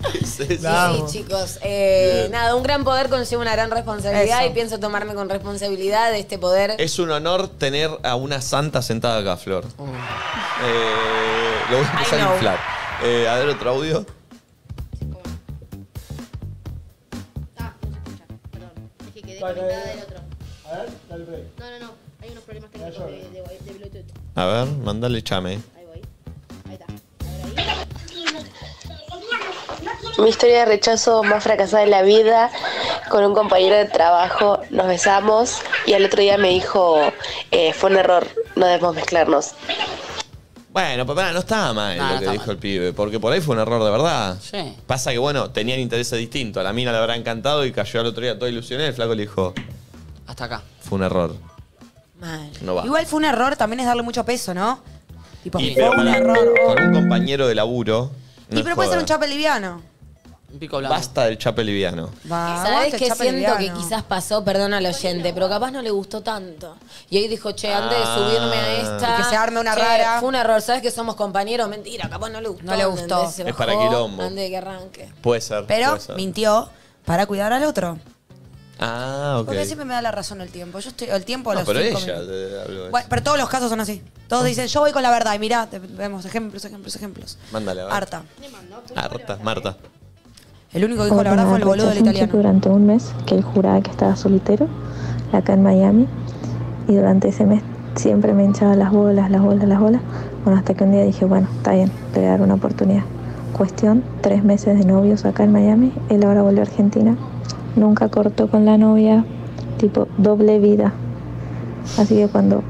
Speaker 6: La
Speaker 5: Sí,
Speaker 6: amo.
Speaker 5: chicos. Eh, nada, un gran poder conlleva una gran responsabilidad
Speaker 3: Eso. Eh.
Speaker 5: y pienso tomarme con responsabilidad este poder.
Speaker 1: Es un honor tener a una santa sentada acá, Flor.
Speaker 3: Oh.
Speaker 1: Eh, lo voy a empezar
Speaker 5: I
Speaker 1: a
Speaker 5: know.
Speaker 1: inflar. Eh, a ver otro audio.
Speaker 2: Ah, no se escucha, perdón. Es que quedé conectada del otro.
Speaker 6: A ver, dale play.
Speaker 2: No, no, no. Hay unos problemas técnicos de, de, wi- de Bluetooth.
Speaker 1: A ver, mandale chame.
Speaker 2: Ahí voy. Ahí está. A ver ahí.
Speaker 12: Mi historia de rechazo más fracasada de la vida, con un compañero de trabajo, nos besamos y al otro día me dijo, eh, fue un error, no debemos mezclarnos.
Speaker 1: Bueno, pero pará, no estaba mal
Speaker 4: No,
Speaker 1: lo
Speaker 4: no
Speaker 1: que
Speaker 4: estaba
Speaker 1: dijo
Speaker 4: mal.
Speaker 1: el pibe, porque por ahí fue un error de verdad.
Speaker 4: Sí.
Speaker 1: Pasa que, bueno, tenían intereses distintos. A la mina le habrá encantado y cayó al otro día todo ilusionado. El flaco le dijo,
Speaker 4: Hasta acá.
Speaker 1: fue un error,
Speaker 5: Mal.
Speaker 1: no va.
Speaker 3: Igual fue un error, también es darle mucho peso, ¿no? Tipo,
Speaker 1: Y,
Speaker 3: fue
Speaker 1: pero
Speaker 3: un
Speaker 1: pará,
Speaker 3: error. oh.
Speaker 1: con un compañero de laburo. no
Speaker 3: y
Speaker 1: es
Speaker 3: pero puede ser
Speaker 1: joda.
Speaker 3: un chape liviano.
Speaker 4: Un pico blanco.
Speaker 1: Basta del chape liviano.
Speaker 3: Va,
Speaker 5: ¿Sabes
Speaker 3: aguante,
Speaker 5: qué
Speaker 3: chape
Speaker 5: siento que
Speaker 3: este liviano.
Speaker 5: quizás pasó? Perdón al oyente, pero capaz no le gustó tanto. Y ahí dijo, che, antes de
Speaker 1: Ah.
Speaker 5: subirme a esta.
Speaker 3: Y que se arme una
Speaker 5: che,
Speaker 3: rara.
Speaker 5: Fue un error, ¿sabes que somos compañeros? Mentira, capaz no le gustó.
Speaker 3: No le gustó.
Speaker 5: ¿entendés? Se
Speaker 1: Es para
Speaker 5: bajó
Speaker 1: quilombo.
Speaker 5: Antes de que arranque.
Speaker 1: Puede ser.
Speaker 3: Pero
Speaker 1: puede ser.
Speaker 3: mintió para cuidar al otro.
Speaker 1: Ah, ok.
Speaker 3: Porque siempre me da la razón el tiempo. Yo estoy, el tiempo
Speaker 1: No,
Speaker 3: los
Speaker 1: pero
Speaker 3: cinco
Speaker 1: ella
Speaker 3: minutos.
Speaker 1: te habló de
Speaker 3: Bueno,
Speaker 1: eso. Ah.
Speaker 3: pero todos los casos son así. Todos dicen, yo voy con la verdad. Y mirá, te- vemos ejemplos, ejemplos, ejemplos.
Speaker 1: Mándale, a ver.
Speaker 3: Harta.
Speaker 2: Le mandó.
Speaker 1: Marta, Ah, Marta.
Speaker 3: El único que dijo la verdad fue el boludo del italiano.
Speaker 8: durante un mes que él juraba que estaba soltero, acá en Miami, y durante ese mes siempre me hinchaba las bolas, las bolas, las bolas. Bueno, hasta que un día dije, bueno, está bien, le voy a dar una oportunidad. Cuestión, tres meses de novios acá en Miami, él ahora volvió a Argentina, nunca cortó con la novia, tipo doble vida. Así que cuando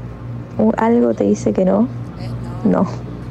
Speaker 8: u- algo te dice que no, no,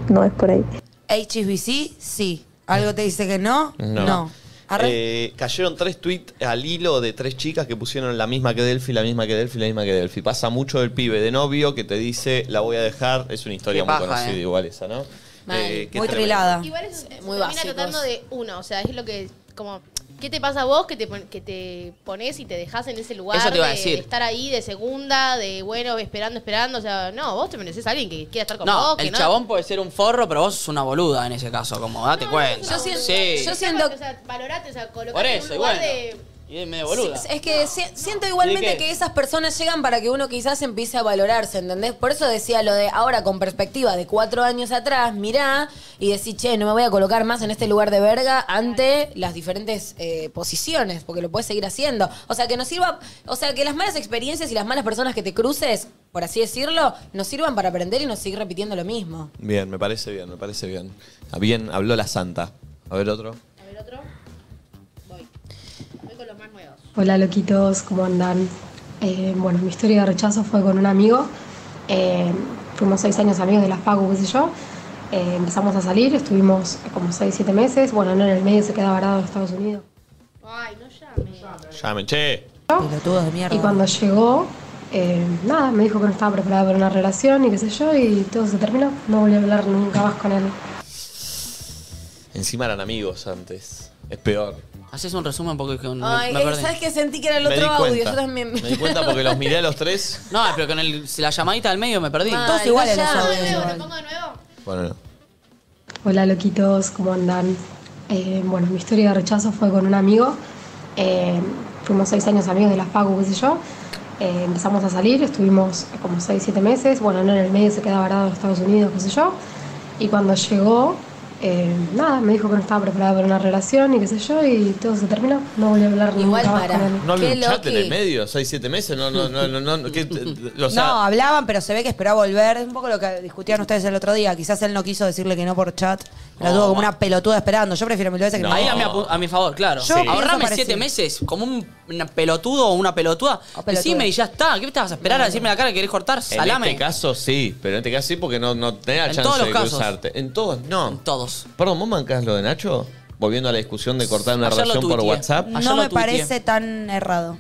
Speaker 8: no es por ahí.
Speaker 3: HBC, sí. Algo te dice que no, no. Arre-
Speaker 1: Eh, cayeron tres tweets al hilo de tres chicas que pusieron la misma que Delphi, la misma que Delphi, la misma que Delphi. Pasa mucho del pibe de novio que te dice la voy a dejar. Es una historia
Speaker 4: Qué
Speaker 1: muy
Speaker 4: paja,
Speaker 1: conocida
Speaker 4: eh.
Speaker 1: igual esa, ¿no? Eh,
Speaker 5: Mal.
Speaker 1: qué
Speaker 3: muy
Speaker 1: tremendo.
Speaker 3: trilada.
Speaker 2: Igual eso se
Speaker 5: muy
Speaker 2: termina
Speaker 5: básicos.
Speaker 2: tratando de uno, o sea, es lo que como ¿qué te pasa a vos que te pon- que te pones y te dejas en ese lugar
Speaker 4: Eso te iba a
Speaker 2: de,
Speaker 4: decir.
Speaker 2: de estar ahí de segunda, de bueno, esperando, esperando, o sea, no, vos te mereces a alguien que quiera estar con
Speaker 4: No,
Speaker 2: vos, que
Speaker 4: el
Speaker 2: no.
Speaker 4: chabón puede ser un forro, pero vos sos una boluda en ese caso, como date
Speaker 2: No, no,
Speaker 4: cuenta.
Speaker 2: no, no, no, no, no,
Speaker 4: sí.
Speaker 2: no,
Speaker 5: yo
Speaker 2: no,
Speaker 5: siento-
Speaker 2: o sea, valorate, o sea, colocate
Speaker 4: Por
Speaker 2: en
Speaker 4: eso,
Speaker 2: un
Speaker 4: y
Speaker 2: lugar
Speaker 4: bueno.
Speaker 2: de
Speaker 4: Y Y es medio boluda.
Speaker 5: Sí, es que si- siento igualmente
Speaker 4: ¿Y qué?
Speaker 5: que esas personas llegan para que uno quizás empiece a valorarse, ¿entendés? Por eso decía lo de ahora con perspectiva de cuatro años atrás, mirá y decís, che, no me voy a colocar más en este lugar de verga ante las diferentes eh, posiciones, porque lo puedes seguir haciendo. O sea, que nos sirva, o sea, que las malas experiencias y las malas personas que te cruces, por así decirlo, nos sirvan para aprender y no seguir repitiendo lo mismo.
Speaker 1: Bien, me parece bien, me parece bien. Ah, Bien, habló la santa. A ver otro.
Speaker 13: Hola loquitos, ¿cómo andan? Eh, bueno, mi historia de rechazo fue con un amigo. Eh, fuimos seis años amigos de la Facu, qué sé yo. Eh, empezamos a salir, estuvimos como seis, siete meses. Bueno, no en el medio se queda varado en Estados Unidos.
Speaker 1: Llamen, che.
Speaker 3: Pelotudos de mierda.
Speaker 13: Y cuando llegó, eh, nada, me dijo que no estaba preparada para una relación y qué sé yo, y todo se terminó. No volví a hablar nunca más con él.
Speaker 1: Encima eran amigos antes. Es peor.
Speaker 4: Haces un resumen porque con- me-
Speaker 5: Ay,
Speaker 4: me,
Speaker 5: eh,
Speaker 4: perdí.
Speaker 5: ¿sabes que Sentí que era el
Speaker 1: Me
Speaker 5: otro
Speaker 1: di
Speaker 5: audio,
Speaker 1: cuenta.
Speaker 5: yo también.
Speaker 1: Me di cuenta porque los miré a los tres.
Speaker 4: No, pero con el- la llamadita al medio me perdí.
Speaker 5: Mal, Todos iguales los
Speaker 3: Ah,
Speaker 5: vaya. audios
Speaker 4: igual.
Speaker 1: Bueno, no.
Speaker 13: Hola loquitos, ¿cómo andan? Eh, bueno, mi historia de rechazo fue con un amigo. Eh, fuimos seis años amigos de la Facu, qué sé yo. Eh, empezamos a salir, estuvimos como seis, siete meses. Bueno, no en el medio se queda varado en Estados Unidos, qué sé yo. Y cuando llegó, eh, nada, me dijo que no estaba preparada para una relación y qué sé yo, y todo se terminó. No volví a hablar
Speaker 5: Igual
Speaker 13: nunca más
Speaker 5: para.
Speaker 13: con él.
Speaker 1: No había
Speaker 13: Qué
Speaker 1: un chat en
Speaker 13: loqui.
Speaker 1: el medio, seis, siete meses, no, no, no, no, no, no, ¿qué? o sea,
Speaker 3: no, hablaban, pero se ve que esperaba volver. Es un poco lo que discutían ustedes el otro día. Quizás él no quiso decirle que no por chat. La tuvo como una pelotuda esperando. Yo prefiero mil veces que no.
Speaker 4: Ahí a mi, apu- a mi favor, claro.
Speaker 3: Yo pienso
Speaker 4: Ahorrame
Speaker 3: parecido.
Speaker 4: siete meses como un una pelotudo o una pelotuda.
Speaker 3: pelotuda.
Speaker 4: Decime y ya está. ¿Qué te vas a esperar a decirme la cara que querés cortar?
Speaker 1: en
Speaker 4: Salame.
Speaker 1: este caso sí, pero en este caso sí porque no, no tenía
Speaker 4: En
Speaker 1: chance
Speaker 4: todos los
Speaker 1: de
Speaker 4: casos.
Speaker 1: cruzarte. En todos, no. En
Speaker 4: todos.
Speaker 1: Perdón, ¿vos mancás lo de Nacho? Volviendo a la discusión de cortar una
Speaker 4: Ayer lo
Speaker 1: relación por
Speaker 4: tuiteé.
Speaker 1: WhatsApp.
Speaker 3: No me parece tan errado.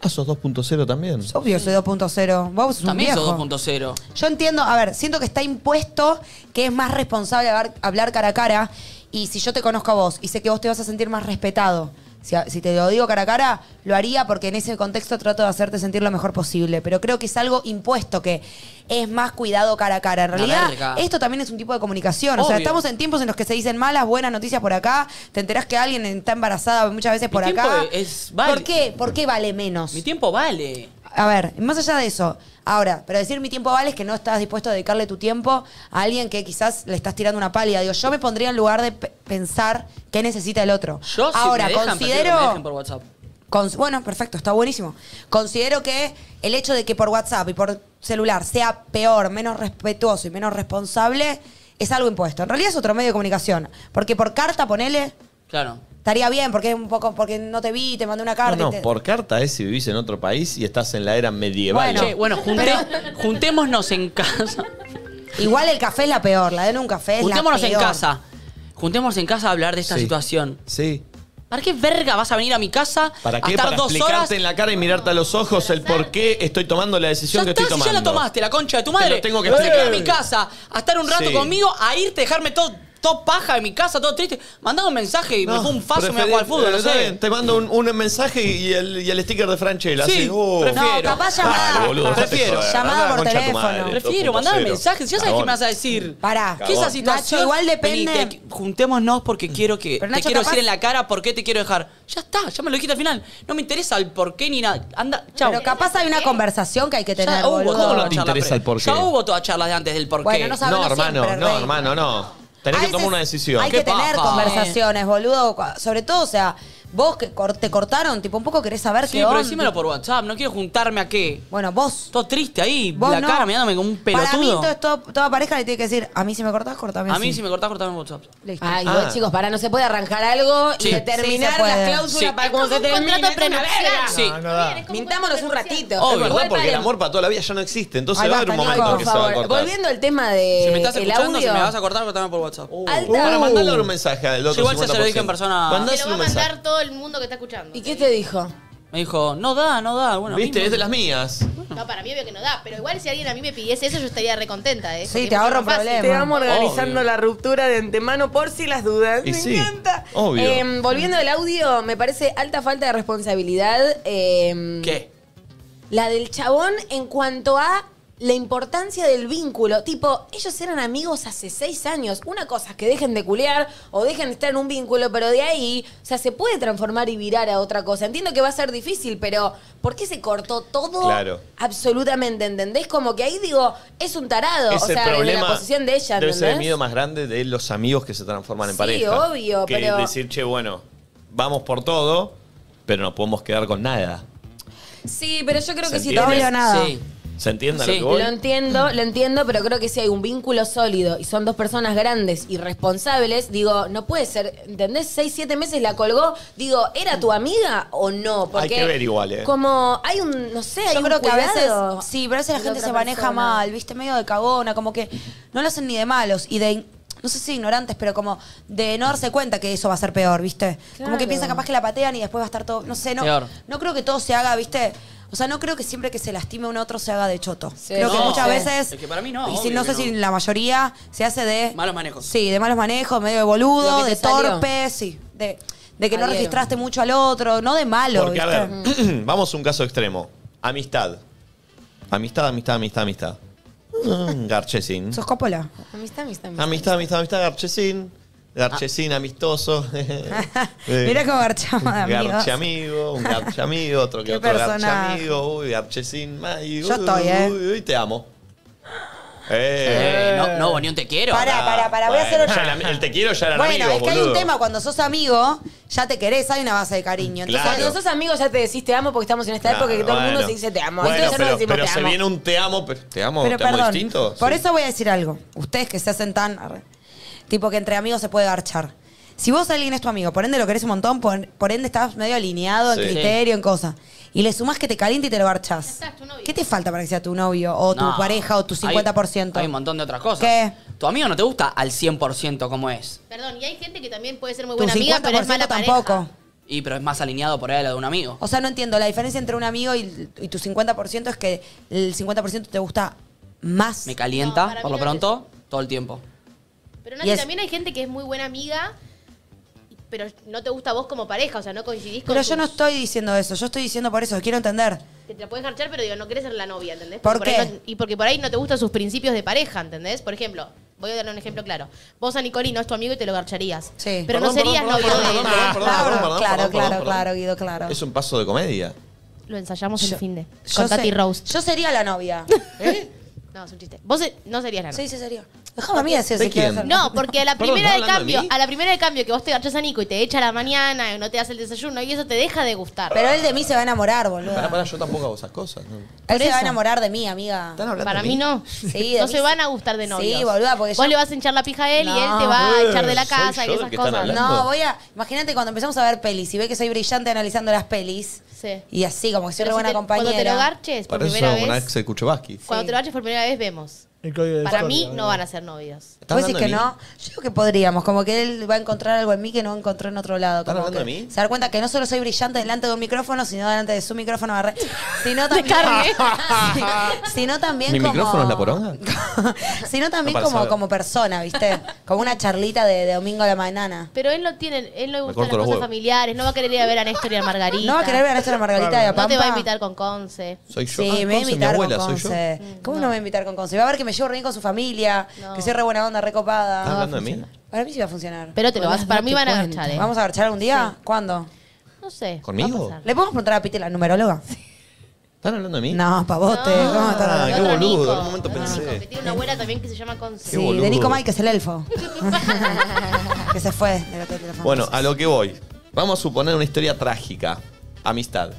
Speaker 1: Ah, sos 2.0 también.
Speaker 3: Obvio, soy 2.0. Vos sos un
Speaker 4: También sos
Speaker 3: viejo.
Speaker 4: 2.0.
Speaker 3: Yo entiendo, a ver, siento que está impuesto que es más responsable hablar, hablar cara a cara. Y si yo te conozco a vos y sé que vos te vas a sentir más respetado, si, a- si te lo digo cara a cara, lo haría porque en ese contexto trato de hacerte sentir lo mejor posible. Pero creo que es algo impuesto, que es más cuidado cara a cara. En
Speaker 5: La verga.
Speaker 3: realidad, esto también es un tipo de comunicación. O sea,
Speaker 5: Obvio.
Speaker 3: estamos en tiempos en los que se dicen malas, buenas noticias por acá. Te enterás que alguien está embarazada muchas veces por
Speaker 4: tiempo
Speaker 3: acá.
Speaker 4: es- vale.
Speaker 3: ¿Por qué? ¿Por qué vale menos?
Speaker 4: Mi tiempo vale.
Speaker 3: A ver, más allá de eso, ahora, pero decir mi tiempo vale es que no estás dispuesto a dedicarle tu tiempo a alguien que quizás le estás tirando una pálida. Digo, yo me pondría en lugar de pe- pensar qué necesita el otro.
Speaker 4: Yo si
Speaker 3: ahora,
Speaker 4: me dejan, prefiero que me dejen
Speaker 3: considero.
Speaker 4: por WhatsApp.
Speaker 3: cons- bueno, perfecto, está buenísimo. Considero que el hecho de que por WhatsApp y por celular sea peor, menos respetuoso y menos responsable, es algo impuesto. En realidad es otro medio de comunicación. Porque por carta, ponele,
Speaker 4: Claro.
Speaker 3: estaría bien, porque es un poco, porque no te vi, te mandé una carta.
Speaker 1: No, no,
Speaker 3: y te-
Speaker 1: por carta es si vivís en otro país y estás en la era medieval.
Speaker 4: Che, bueno junté- juntémonos en casa.
Speaker 3: Igual el café es la peor, la de un café es la
Speaker 4: Juntémonos en
Speaker 3: peor.
Speaker 4: casa. Juntémonos en casa a hablar de esta
Speaker 1: Sí.
Speaker 4: situación.
Speaker 1: Sí.
Speaker 4: ¿Para qué verga vas a venir a mi casa
Speaker 1: ¿Para
Speaker 4: a
Speaker 1: qué?
Speaker 4: estar
Speaker 1: Para
Speaker 4: dos
Speaker 1: explicarte
Speaker 4: horas?
Speaker 1: en la cara y mirarte a los ojos el por qué estoy tomando la decisión que
Speaker 4: Estás,
Speaker 1: estoy
Speaker 4: si
Speaker 1: tomando.
Speaker 4: ya la tomaste, la concha de tu madre.
Speaker 1: Te lo tengo que
Speaker 4: Tenés ir a
Speaker 1: explicar.
Speaker 4: mi casa a estar un rato
Speaker 1: Sí.
Speaker 4: conmigo, a irte, dejarme todo, todo paja en mi casa, todo triste. Mandame un mensaje y me fue un faso y me voy a jugar al fútbol, no
Speaker 1: eh, Está bien,
Speaker 4: sé.
Speaker 1: Te mando un, un mensaje y el, y el sticker de Franchella.
Speaker 4: Sí,
Speaker 1: así, oh.
Speaker 4: prefiero.
Speaker 3: No, capaz llamada-
Speaker 1: Dale, boludo, dejate
Speaker 4: Prefiero.
Speaker 1: joder,
Speaker 4: Llamada
Speaker 1: andá a la
Speaker 4: por
Speaker 1: concha de tu
Speaker 4: teléfono.
Speaker 1: madre,
Speaker 4: Prefiero, mandame
Speaker 1: 2.0.
Speaker 4: mensajes, ya sabes qué me
Speaker 1: Cagón.
Speaker 4: vas a decir.
Speaker 3: Pará.
Speaker 4: ¿Qué es esa
Speaker 1: Cagón.
Speaker 4: situación?
Speaker 3: Nacho, igual depende- Mm.
Speaker 4: Vení, te- juntémonos porque quiero que.
Speaker 3: Pero
Speaker 4: te
Speaker 3: Nacho,
Speaker 4: quiero
Speaker 3: capaz-
Speaker 4: decir en la cara por qué te quiero dejar. Ya está, ya me lo dijiste al final. No me interesa el por qué ni nada. Anda, chao.
Speaker 3: Pero capaz hay una conversación que hay que tener,
Speaker 4: Ya hubo
Speaker 3: boludo.
Speaker 4: toda la
Speaker 1: te
Speaker 4: charla
Speaker 1: interesa el
Speaker 4: previa.
Speaker 1: porqué?
Speaker 4: Ya hubo todas charlas de antes del por qué.
Speaker 3: Bueno, no sabemos
Speaker 1: No, hermano,
Speaker 3: siempre,
Speaker 1: no,
Speaker 3: rey.
Speaker 1: hermano, no. Tenés
Speaker 3: A
Speaker 1: que
Speaker 3: veces
Speaker 1: tomar una decisión.
Speaker 3: Hay que
Speaker 1: ¿Qué
Speaker 3: tener
Speaker 1: papa?
Speaker 3: conversaciones, boludo. Sobre todo, o sea, vos que cor- te cortaron, tipo, un poco querés saber
Speaker 4: Sí,
Speaker 3: qué
Speaker 4: pero
Speaker 3: onda.
Speaker 4: decímelo por WhatsApp, no quiero juntarme a qué.
Speaker 3: Bueno, vos.
Speaker 4: Todo triste ahí,
Speaker 3: Vos
Speaker 4: la
Speaker 3: no.
Speaker 4: cara mirándome como un
Speaker 3: Para mí,
Speaker 4: pelotudo.
Speaker 3: todo es todo- toda pareja le tiene que decir, a mí si me cortás, cortame
Speaker 4: a
Speaker 3: así.
Speaker 4: mí si me cortás, cortame en WhatsApp.
Speaker 3: Listo.
Speaker 5: Ay, vos,
Speaker 4: Ah.
Speaker 5: chicos, para no se puede arrancar algo
Speaker 4: Sí.
Speaker 5: y determinar
Speaker 4: Sí, se puede.
Speaker 5: las cláusulas
Speaker 4: Sí.
Speaker 5: para cómo se
Speaker 2: un
Speaker 5: termine.
Speaker 2: contrato
Speaker 5: Es una
Speaker 2: prenupcial.
Speaker 5: verga.
Speaker 4: Sí.
Speaker 1: No, no da.
Speaker 5: Mintámonos un ratito.
Speaker 1: Es verdad,
Speaker 5: Igual
Speaker 1: porque
Speaker 5: para-
Speaker 1: el amor para toda la vida ya no existe. Entonces
Speaker 5: Ay,
Speaker 1: va a haber un
Speaker 5: basta,
Speaker 1: momento
Speaker 5: Nico,
Speaker 1: que
Speaker 5: por
Speaker 1: se va a
Speaker 5: favor.
Speaker 1: cortar.
Speaker 5: Volviendo al tema
Speaker 3: Eh,
Speaker 5: de
Speaker 4: Si me estás
Speaker 5: el
Speaker 4: escuchando,
Speaker 5: audio.
Speaker 4: si me vas a cortar, cortame por WhatsApp.
Speaker 3: Uh.
Speaker 5: Alta.
Speaker 1: Para mandarle un mensaje al
Speaker 4: Yo
Speaker 1: otro
Speaker 4: igual ya se lo dije en
Speaker 1: 50%.
Speaker 4: persona.
Speaker 2: Te
Speaker 1: Mandás
Speaker 2: lo va
Speaker 1: un
Speaker 2: a
Speaker 1: mensaje.
Speaker 2: mandar todo el mundo que está escuchando.
Speaker 5: ¿Y qué te dijo?
Speaker 4: Me dijo, no da, no da. Bueno, a mí
Speaker 1: ¿Viste?
Speaker 4: no-
Speaker 1: Es de las mías.
Speaker 2: No, para mí obvio que no da, pero igual si alguien a mí me pidiese eso, yo estaría recontenta, ¿eh?
Speaker 3: Sí,
Speaker 2: Porque
Speaker 3: te
Speaker 2: es
Speaker 3: ahorro
Speaker 2: mucho más fácil.
Speaker 3: problemas.
Speaker 5: Te vamos organizando
Speaker 1: Obvio.
Speaker 5: la ruptura de antemano por si las dudas.
Speaker 1: Y
Speaker 5: Me
Speaker 1: sí,
Speaker 5: encanta.
Speaker 1: obvio.
Speaker 5: Eh, volviendo al audio, me parece alta falta de responsabilidad. eh,
Speaker 4: ¿Qué?
Speaker 5: La del chabón en cuanto a la importancia del vínculo. Tipo, ellos eran amigos hace seis años. Una cosa es que dejen de culear o dejen de estar en un vínculo, pero de ahí, o sea, se puede transformar y virar a otra cosa. Entiendo que va a ser difícil, pero ¿por qué se cortó todo?
Speaker 1: Claro.
Speaker 5: Absolutamente, ¿entendés? Como que ahí digo, es un tarado.
Speaker 1: Es
Speaker 5: o
Speaker 1: el
Speaker 5: sea,
Speaker 1: problema,
Speaker 5: en la posición de ella,
Speaker 1: Debe ser el
Speaker 5: ¿entendés?
Speaker 1: miedo más grande de los amigos que se transforman en
Speaker 5: Sí,
Speaker 1: pareja.
Speaker 5: obvio,
Speaker 1: que
Speaker 5: pero-
Speaker 1: decir, che, bueno, vamos por todo, pero no podemos quedar con nada.
Speaker 5: Sí, pero yo creo
Speaker 1: ¿Se
Speaker 5: que si
Speaker 1: entiende?
Speaker 5: tenés-
Speaker 3: Ah.
Speaker 1: ¿Se entiende a lo
Speaker 5: Sí,
Speaker 1: que
Speaker 5: lo
Speaker 1: voy?
Speaker 5: entiendo, lo entiendo, pero creo que si hay un vínculo sólido y son dos personas grandes y responsables, digo, no puede ser, ¿entendés? Seis, siete meses la colgó, digo, ¿era tu amiga o no?
Speaker 1: Hay que ver igual, ¿eh?
Speaker 5: Como hay un, no sé, hay
Speaker 3: Yo
Speaker 5: un
Speaker 3: creo que a veces,
Speaker 5: cuidado
Speaker 3: sí, pero a veces la
Speaker 5: de
Speaker 3: gente
Speaker 5: otra
Speaker 3: se maneja
Speaker 5: persona.
Speaker 3: mal, viste, medio de cagona, como que no lo hacen ni de malos y de, no sé si ignorantes, pero como de no darse cuenta que eso va a ser peor, viste. Como que
Speaker 5: Claro.
Speaker 3: piensan capaz que la patean y después va a estar todo, no sé, no,
Speaker 4: Peor.
Speaker 3: no creo que todo se haga, viste. O sea, no creo que siempre que se lastime a un otro se haga de choto. creo que
Speaker 4: No,
Speaker 3: muchas
Speaker 4: sí.
Speaker 3: veces,
Speaker 4: Es que para mí no,
Speaker 3: y si,
Speaker 4: obvio
Speaker 3: no sé
Speaker 4: que
Speaker 3: si la mayoría se hace de...
Speaker 4: Malos manejos.
Speaker 3: Sí, de malos manejos, medio de boludo,
Speaker 4: Lo que
Speaker 3: de
Speaker 4: te salió.
Speaker 3: torpe, sí. De, de que no
Speaker 4: Adhiero.
Speaker 3: registraste mucho al otro, no de malo,
Speaker 1: Porque, a
Speaker 3: ¿viste?
Speaker 1: ver, vamos a un caso extremo. Amistad. Amistad, amistad, amistad, amistad. Mm, Garchesín.
Speaker 3: ¿Sos Coppola?
Speaker 5: Amistad, amistad, amistad.
Speaker 1: Amistad, amistad, amistad, Garchesín. Garchesín, amistoso.
Speaker 3: Mirá cómo garchamos de amigos.
Speaker 1: Garche amigo, un garche amigo, otro que
Speaker 3: Qué
Speaker 1: otro garche
Speaker 3: personaje.
Speaker 1: amigo, uy, garchesín más. y
Speaker 3: Yo
Speaker 1: uy,
Speaker 3: estoy, ¿eh?
Speaker 1: Uy, uy, te amo.
Speaker 4: Eh, no, no, ni un te quiero.
Speaker 3: Pará, pará, pará, voy a hacer
Speaker 1: Bueno, ya
Speaker 3: otro-
Speaker 1: el, am- el te quiero ya eran
Speaker 3: Bueno,
Speaker 1: amigos,
Speaker 3: es que hay un
Speaker 1: boludo.
Speaker 3: tema, cuando sos amigo, ya te querés, hay una base de cariño. Entonces,
Speaker 1: Claro.
Speaker 5: Cuando sos amigos ya te decís te amo este, porque estamos en esta
Speaker 1: Claro,
Speaker 5: época que todo el mundo
Speaker 1: bueno.
Speaker 5: se dice te amo.
Speaker 1: Bueno,
Speaker 5: Entonces ya
Speaker 1: pero,
Speaker 5: no decimos
Speaker 1: pero
Speaker 5: te
Speaker 1: se
Speaker 5: amo.
Speaker 1: viene un te amo, pero te amo,
Speaker 3: pero
Speaker 1: te amo
Speaker 3: perdón,
Speaker 1: distinto.
Speaker 3: por
Speaker 1: Sí.
Speaker 3: eso voy a decir algo. Ustedes que se hacen tan... arre, Tipo que entre amigos se puede garchar. Si vos alguien es tu amigo, por ende lo querés un montón, por, por ende estás medio alineado en
Speaker 1: Sí.
Speaker 3: criterio, en cosas. Y le sumás que te caliente y te lo garchás. ¿Qué te falta para que sea tu novio, o tu
Speaker 4: No.
Speaker 3: pareja, o tu
Speaker 4: Hay-
Speaker 3: 50%?
Speaker 4: Hay, un montón de otras cosas.
Speaker 3: ¿Qué?
Speaker 4: Tu amigo no te gusta al 100% como es.
Speaker 2: Perdón, y hay gente que también puede ser muy
Speaker 3: Tu
Speaker 2: buena amiga, pero es
Speaker 3: 50%
Speaker 2: mala
Speaker 3: tampoco.
Speaker 2: pareja.
Speaker 4: Y pero es más alineado por ahí a la de un amigo.
Speaker 3: O sea, no entiendo. La diferencia entre un amigo y, y tu 50% es que el 50% te gusta más.
Speaker 4: Me calienta,
Speaker 2: No, para
Speaker 4: por
Speaker 2: mí
Speaker 4: lo
Speaker 2: no
Speaker 4: pronto, todo el tiempo.
Speaker 2: Pero
Speaker 3: Y
Speaker 2: Nati,
Speaker 3: es-
Speaker 2: también hay gente que es muy buena amiga, pero no te gusta a vos como pareja, o sea, no coincidís con
Speaker 3: Pero yo
Speaker 2: tus-
Speaker 3: no estoy diciendo eso. Yo estoy diciendo por eso. Quiero entender.
Speaker 2: que te la puedes garchar, pero digo, no querés ser la novia, ¿entendés?
Speaker 3: ¿Por
Speaker 2: Porque
Speaker 3: qué?
Speaker 2: ahí no- y porque por ahí no te gustan sus principios de pareja, ¿entendés? Por ejemplo, voy a dar un ejemplo claro. Vos a Nicolino es tu amigo y te lo garcharías.
Speaker 3: Sí.
Speaker 2: Pero
Speaker 1: Perdón,
Speaker 2: no serías
Speaker 1: perdón,
Speaker 2: novio
Speaker 1: perdón,
Speaker 2: de él.
Speaker 1: perdón, perdón, perdón,
Speaker 3: claro,
Speaker 1: perdón,
Speaker 3: claro,
Speaker 1: perdón,
Speaker 3: claro,
Speaker 1: perdón.
Speaker 3: claro, Guido, claro.
Speaker 1: Es un paso de comedia.
Speaker 2: Lo ensayamos
Speaker 3: Yo-
Speaker 2: el fin de.
Speaker 3: Yo
Speaker 2: Con
Speaker 3: sé-
Speaker 2: Tati Rose.
Speaker 3: Yo sería la novia.
Speaker 1: ¿Eh?
Speaker 2: No, es un chiste. Vos eh, no serías la novia.
Speaker 3: Sí, sí, sería. Déjame a mí decir
Speaker 1: ¿De
Speaker 3: si quiero
Speaker 1: quién?
Speaker 3: ser-
Speaker 2: No, porque a la
Speaker 1: Perdón,
Speaker 2: primera
Speaker 1: ¿estás
Speaker 2: de
Speaker 1: hablando de
Speaker 2: cambio,
Speaker 1: mí?
Speaker 2: a la primera de cambio que vos te garchás a Nico y te echa a la mañana y no te hace el desayuno y eso te deja de gustar.
Speaker 3: Pero él de mí se va a enamorar, boludo.
Speaker 1: Pará, pará, yo tampoco hago esas cosas. ¿no?
Speaker 3: Él se
Speaker 2: eso.
Speaker 3: va a enamorar de mí, amiga.
Speaker 1: ¿Están hablando
Speaker 2: Para
Speaker 1: de
Speaker 2: mí no.
Speaker 3: Sí, de
Speaker 2: no
Speaker 3: mí
Speaker 2: se
Speaker 3: sí.
Speaker 2: van a gustar de novios.
Speaker 3: Sí, boluda, porque
Speaker 2: Vos
Speaker 3: yo-
Speaker 2: le vas a hinchar la pija a él y él
Speaker 3: No.
Speaker 2: te va a
Speaker 1: Eh,
Speaker 2: echar de la
Speaker 1: soy
Speaker 2: casa
Speaker 1: yo del
Speaker 2: y esas
Speaker 1: que están
Speaker 2: cosas.
Speaker 1: hablando.
Speaker 3: No, voy a. Imagínate cuando empezamos a ver pelis y ve que soy brillante analizando las pelis.
Speaker 2: Sí.
Speaker 3: Y así, como que soy
Speaker 2: Pero
Speaker 3: re
Speaker 2: si
Speaker 3: buena
Speaker 2: te-
Speaker 3: compañera.
Speaker 2: Cuando te lo garches por
Speaker 1: Para eso
Speaker 2: primera
Speaker 1: hago
Speaker 2: vez,
Speaker 1: con Axel Kuchovaski.
Speaker 2: cuando te lo garches por primera vez, vemos.
Speaker 6: El código de
Speaker 2: Para
Speaker 6: Victoria,
Speaker 2: mí
Speaker 6: boludo.
Speaker 2: no van a ser novios.
Speaker 1: ¿Estás
Speaker 3: ¿Vos decís
Speaker 1: hablando
Speaker 3: que
Speaker 1: de mí?
Speaker 3: no? Yo creo que podríamos, como que él va a encontrar algo en mí que no encontró en otro lado.
Speaker 1: ¿Están
Speaker 3: como
Speaker 1: hablando
Speaker 3: que
Speaker 1: de mí?
Speaker 3: Se dar cuenta que no solo soy brillante delante de un micrófono, sino delante de su micrófono, barre- sino también,
Speaker 2: Descargue.
Speaker 3: sino también
Speaker 1: ¿Mi
Speaker 3: como...
Speaker 1: micrófono es la poronga?
Speaker 3: sino también
Speaker 1: No, para
Speaker 3: como,
Speaker 1: saber.
Speaker 3: como persona, ¿viste? Como una charlita de, de domingo a la mañana.
Speaker 2: Pero él no tiene, él no le gustan
Speaker 1: corto
Speaker 2: las
Speaker 1: los
Speaker 2: cosas
Speaker 1: huevos.
Speaker 2: familiares, no va a querer ir a ver a Néstor y a Margarita.
Speaker 3: ¿No va a querer ver a Néstor y a Margarita de a
Speaker 2: No
Speaker 3: Pampa?
Speaker 2: te va a invitar con Conce.
Speaker 1: Soy yo.
Speaker 3: Sí,
Speaker 1: Ah,
Speaker 3: me va a
Speaker 1: entonces mi
Speaker 3: invitar
Speaker 1: abuela,
Speaker 3: con
Speaker 1: soy yo.
Speaker 3: Conce. ¿Cómo no. me va a invitar con Conce? Va a ver que me llevo re bien con su familia,
Speaker 2: Mm, No.
Speaker 3: que soy re buena onda, re copada.
Speaker 1: ¿Estás hablando de mí?
Speaker 3: Para mí sí va a funcionar.
Speaker 2: Pero te lo vas, para mí van a
Speaker 5: cuenta.
Speaker 2: garchar, ¿eh?
Speaker 3: ¿Vamos a marchar algún día? ¿Cuándo?
Speaker 2: No sé.
Speaker 1: ¿Conmigo?
Speaker 2: va a pasar.
Speaker 3: ¿Le podemos preguntar a Pite, la numeróloga?
Speaker 1: ¿Están hablando de mí?
Speaker 3: No, pavote.
Speaker 2: No.
Speaker 3: ¿Cómo
Speaker 1: Ah,
Speaker 3: estar?
Speaker 1: qué
Speaker 2: Otro
Speaker 1: boludo,
Speaker 2: Nico,
Speaker 1: en un momento
Speaker 2: otro
Speaker 1: pensé.
Speaker 2: Nico, que tiene una abuela también que se llama Conce.
Speaker 1: Qué
Speaker 3: Sí,
Speaker 1: boludo.
Speaker 3: de Nico Mike, que es el elfo. que se fue del hotel de la fama.
Speaker 1: Bueno, a lo que voy. Vamos a suponer una historia trágica. Amistad.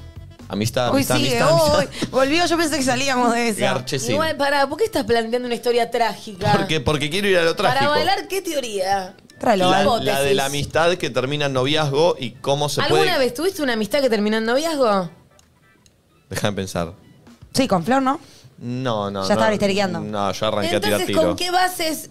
Speaker 1: Amistad,
Speaker 3: Uy,
Speaker 1: amistad,
Speaker 3: sigue,
Speaker 1: amistad,
Speaker 3: uy,
Speaker 1: amistad.
Speaker 3: volvió, yo pensé que salíamos de esa.
Speaker 1: Garchesín.
Speaker 5: Igual, pará, ¿por qué estás planteando una historia trágica?
Speaker 1: Porque, porque quiero ir a lo
Speaker 5: Para
Speaker 1: trágico.
Speaker 5: bailar, ¿qué teoría?
Speaker 3: Tráelo,
Speaker 1: la,
Speaker 3: Val.
Speaker 5: hipótesis.
Speaker 1: la de la amistad que termina en noviazgo y cómo se
Speaker 5: ¿Alguna
Speaker 1: puede...
Speaker 5: vez tuviste una amistad que terminó en noviazgo?
Speaker 1: Déjame pensar.
Speaker 3: Sí, con Flor, ¿no?
Speaker 1: No, no,
Speaker 3: Ya
Speaker 1: no.
Speaker 3: estaba histeriqueando.
Speaker 1: No, yo arranqué a tirar
Speaker 5: Entonces,
Speaker 1: tiro.
Speaker 5: ¿con qué bases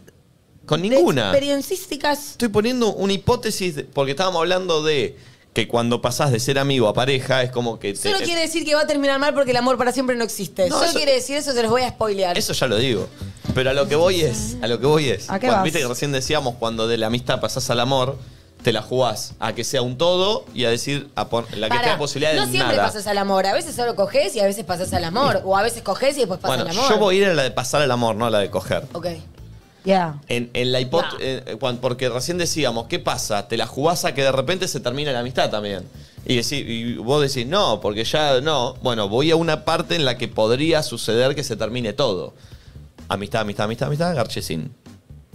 Speaker 1: Con
Speaker 5: de
Speaker 1: ninguna.
Speaker 5: experiencísticas?
Speaker 1: Estoy poniendo una hipótesis, de- porque estábamos hablando de que cuando pasás de ser amigo a pareja es como que... te-
Speaker 5: Solo quiere decir que va a terminar mal porque el amor para siempre no existe.
Speaker 1: Eh, No,
Speaker 5: Solo
Speaker 1: eso-
Speaker 5: quiere decir eso, se los voy a spoilear.
Speaker 1: Eso ya lo digo. Pero a lo que voy es, a lo que voy es.
Speaker 3: ¿A qué
Speaker 1: cuando-
Speaker 3: vas?
Speaker 1: Viste que recién decíamos cuando de la amistad pasás al amor, te la jugás a que sea un todo y a decir a pon- la que
Speaker 5: Pará,
Speaker 1: te da posibilidad
Speaker 5: no
Speaker 1: de
Speaker 5: siempre
Speaker 1: nada.
Speaker 5: pasas al amor. A veces solo coges y a veces pasas al amor. O a veces coges y después pasas
Speaker 1: bueno,
Speaker 5: al amor.
Speaker 1: yo voy a ir a la de pasar al amor, no a la de coger.
Speaker 5: Ok.
Speaker 3: Ya.
Speaker 1: En, en la hipótesis, porque recién decíamos, ¿qué pasa? Te la jugás a que de repente se termina la amistad también. Y, decí- y vos decís, no, porque ya no. Bueno, voy a una parte en la que podría suceder que se termine todo. Amistad, amistad, amistad, amistad, garchesín.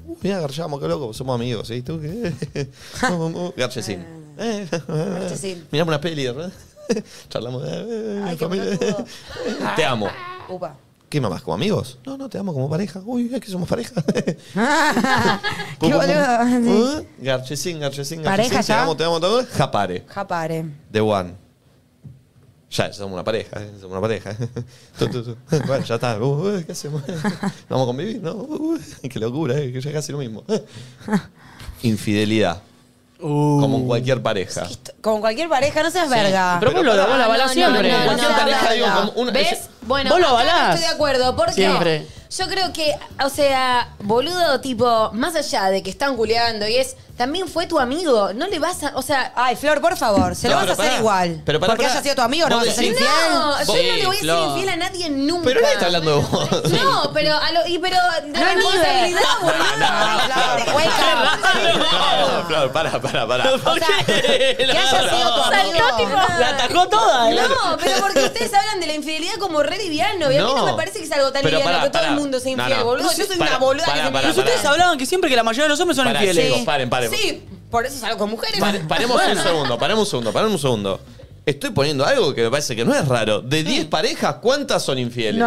Speaker 1: Uy, mira, garchamos, qué loco, somos amigos, ¿sí? ¿Tú qué? garchesín. Eh,
Speaker 3: Garchesín.
Speaker 1: Miramos una peli, ¿verdad? Charlamos. eh, eh, familia. Te amo.
Speaker 3: Upa.
Speaker 1: ¿Qué mamás? ¿Como amigos? No, no, te amo como pareja. Uy, es que somos pareja.
Speaker 3: Qué boludo.
Speaker 1: Uh,
Speaker 3: Sí.
Speaker 1: Garchesín, garchesín, garchesín.
Speaker 3: ¿Pareja
Speaker 1: te
Speaker 3: ya?
Speaker 1: amo, te amo, te amo. Japare.
Speaker 3: Japare.
Speaker 1: The One. Ya, somos una pareja, eh, somos una pareja. eh. Tu, tu, tu. Bueno, ya está. Uh, uh, ¿Qué hacemos? ¿Vamos a convivir? No. Uh, uh, qué locura, eh, que ya es casi lo mismo. Infidelidad. Como
Speaker 3: Uh.
Speaker 1: en cualquier pareja.
Speaker 3: Con cualquier pareja, no seas verga.
Speaker 1: Pero vos lo-
Speaker 5: Ah,
Speaker 1: vos la avalás siempre.
Speaker 5: Cualquier pareja, digo, como una-
Speaker 3: ¿Ves?
Speaker 5: es-
Speaker 3: Bueno,
Speaker 5: Vos lo
Speaker 3: acá no
Speaker 5: avalás.
Speaker 3: estoy de acuerdo, porque.
Speaker 5: Siempre. Yo creo que, o sea, boludo, tipo, más allá de que están culeando y es, también fue tu amigo, no le vas a, o sea...
Speaker 3: Ay, Flor, por favor, se lo
Speaker 1: No,
Speaker 3: vas a
Speaker 1: pero
Speaker 3: hacer
Speaker 1: pará,
Speaker 3: igual.
Speaker 1: pero pará,
Speaker 3: porque
Speaker 1: pará.
Speaker 3: haya sido tu amigo, no
Speaker 1: Vos
Speaker 3: vas a ser
Speaker 1: decís-
Speaker 3: infiel.
Speaker 5: No, yo
Speaker 1: Vos-
Speaker 5: no le voy a ser
Speaker 1: Flor.
Speaker 5: infiel a nadie nunca.
Speaker 1: Pero nadie está hablando de vos.
Speaker 5: No, pero, a lo, y, pero de
Speaker 3: No inhibe.
Speaker 5: responsabilidad, boludo.
Speaker 1: Flor, Flor, para, para, para.
Speaker 5: que haya sido tu amigo.
Speaker 3: Ah.
Speaker 4: La atajó toda. ¿eh?
Speaker 5: No, pero porque ustedes hablan de la infidelidad como re liviano. Y a mí no
Speaker 4: No.
Speaker 5: me parece que es algo tan
Speaker 4: Pero
Speaker 5: liviano
Speaker 4: pará,
Speaker 5: que todo
Speaker 4: pará.
Speaker 5: el mundo sea
Speaker 4: No,
Speaker 5: infiel,
Speaker 4: no.
Speaker 5: boludo.
Speaker 4: Pero
Speaker 5: Yo
Speaker 4: si-
Speaker 5: soy una
Speaker 4: pará,
Speaker 5: boluda
Speaker 4: pará,
Speaker 5: que se
Speaker 4: pará,
Speaker 5: piensa-
Speaker 4: pará. Ustedes hablaban que siempre que la mayoría de los hombres son
Speaker 1: Pará,
Speaker 4: infieles.
Speaker 1: chicos, paren, paren.
Speaker 5: Sí, por eso salgo con mujeres.
Speaker 1: Pare- paremos
Speaker 5: Bueno.
Speaker 1: un segundo, paremos un segundo, paremos un segundo. Estoy poniendo algo que me parece que no es raro. De 10 parejas, ¿cuántas son infieles?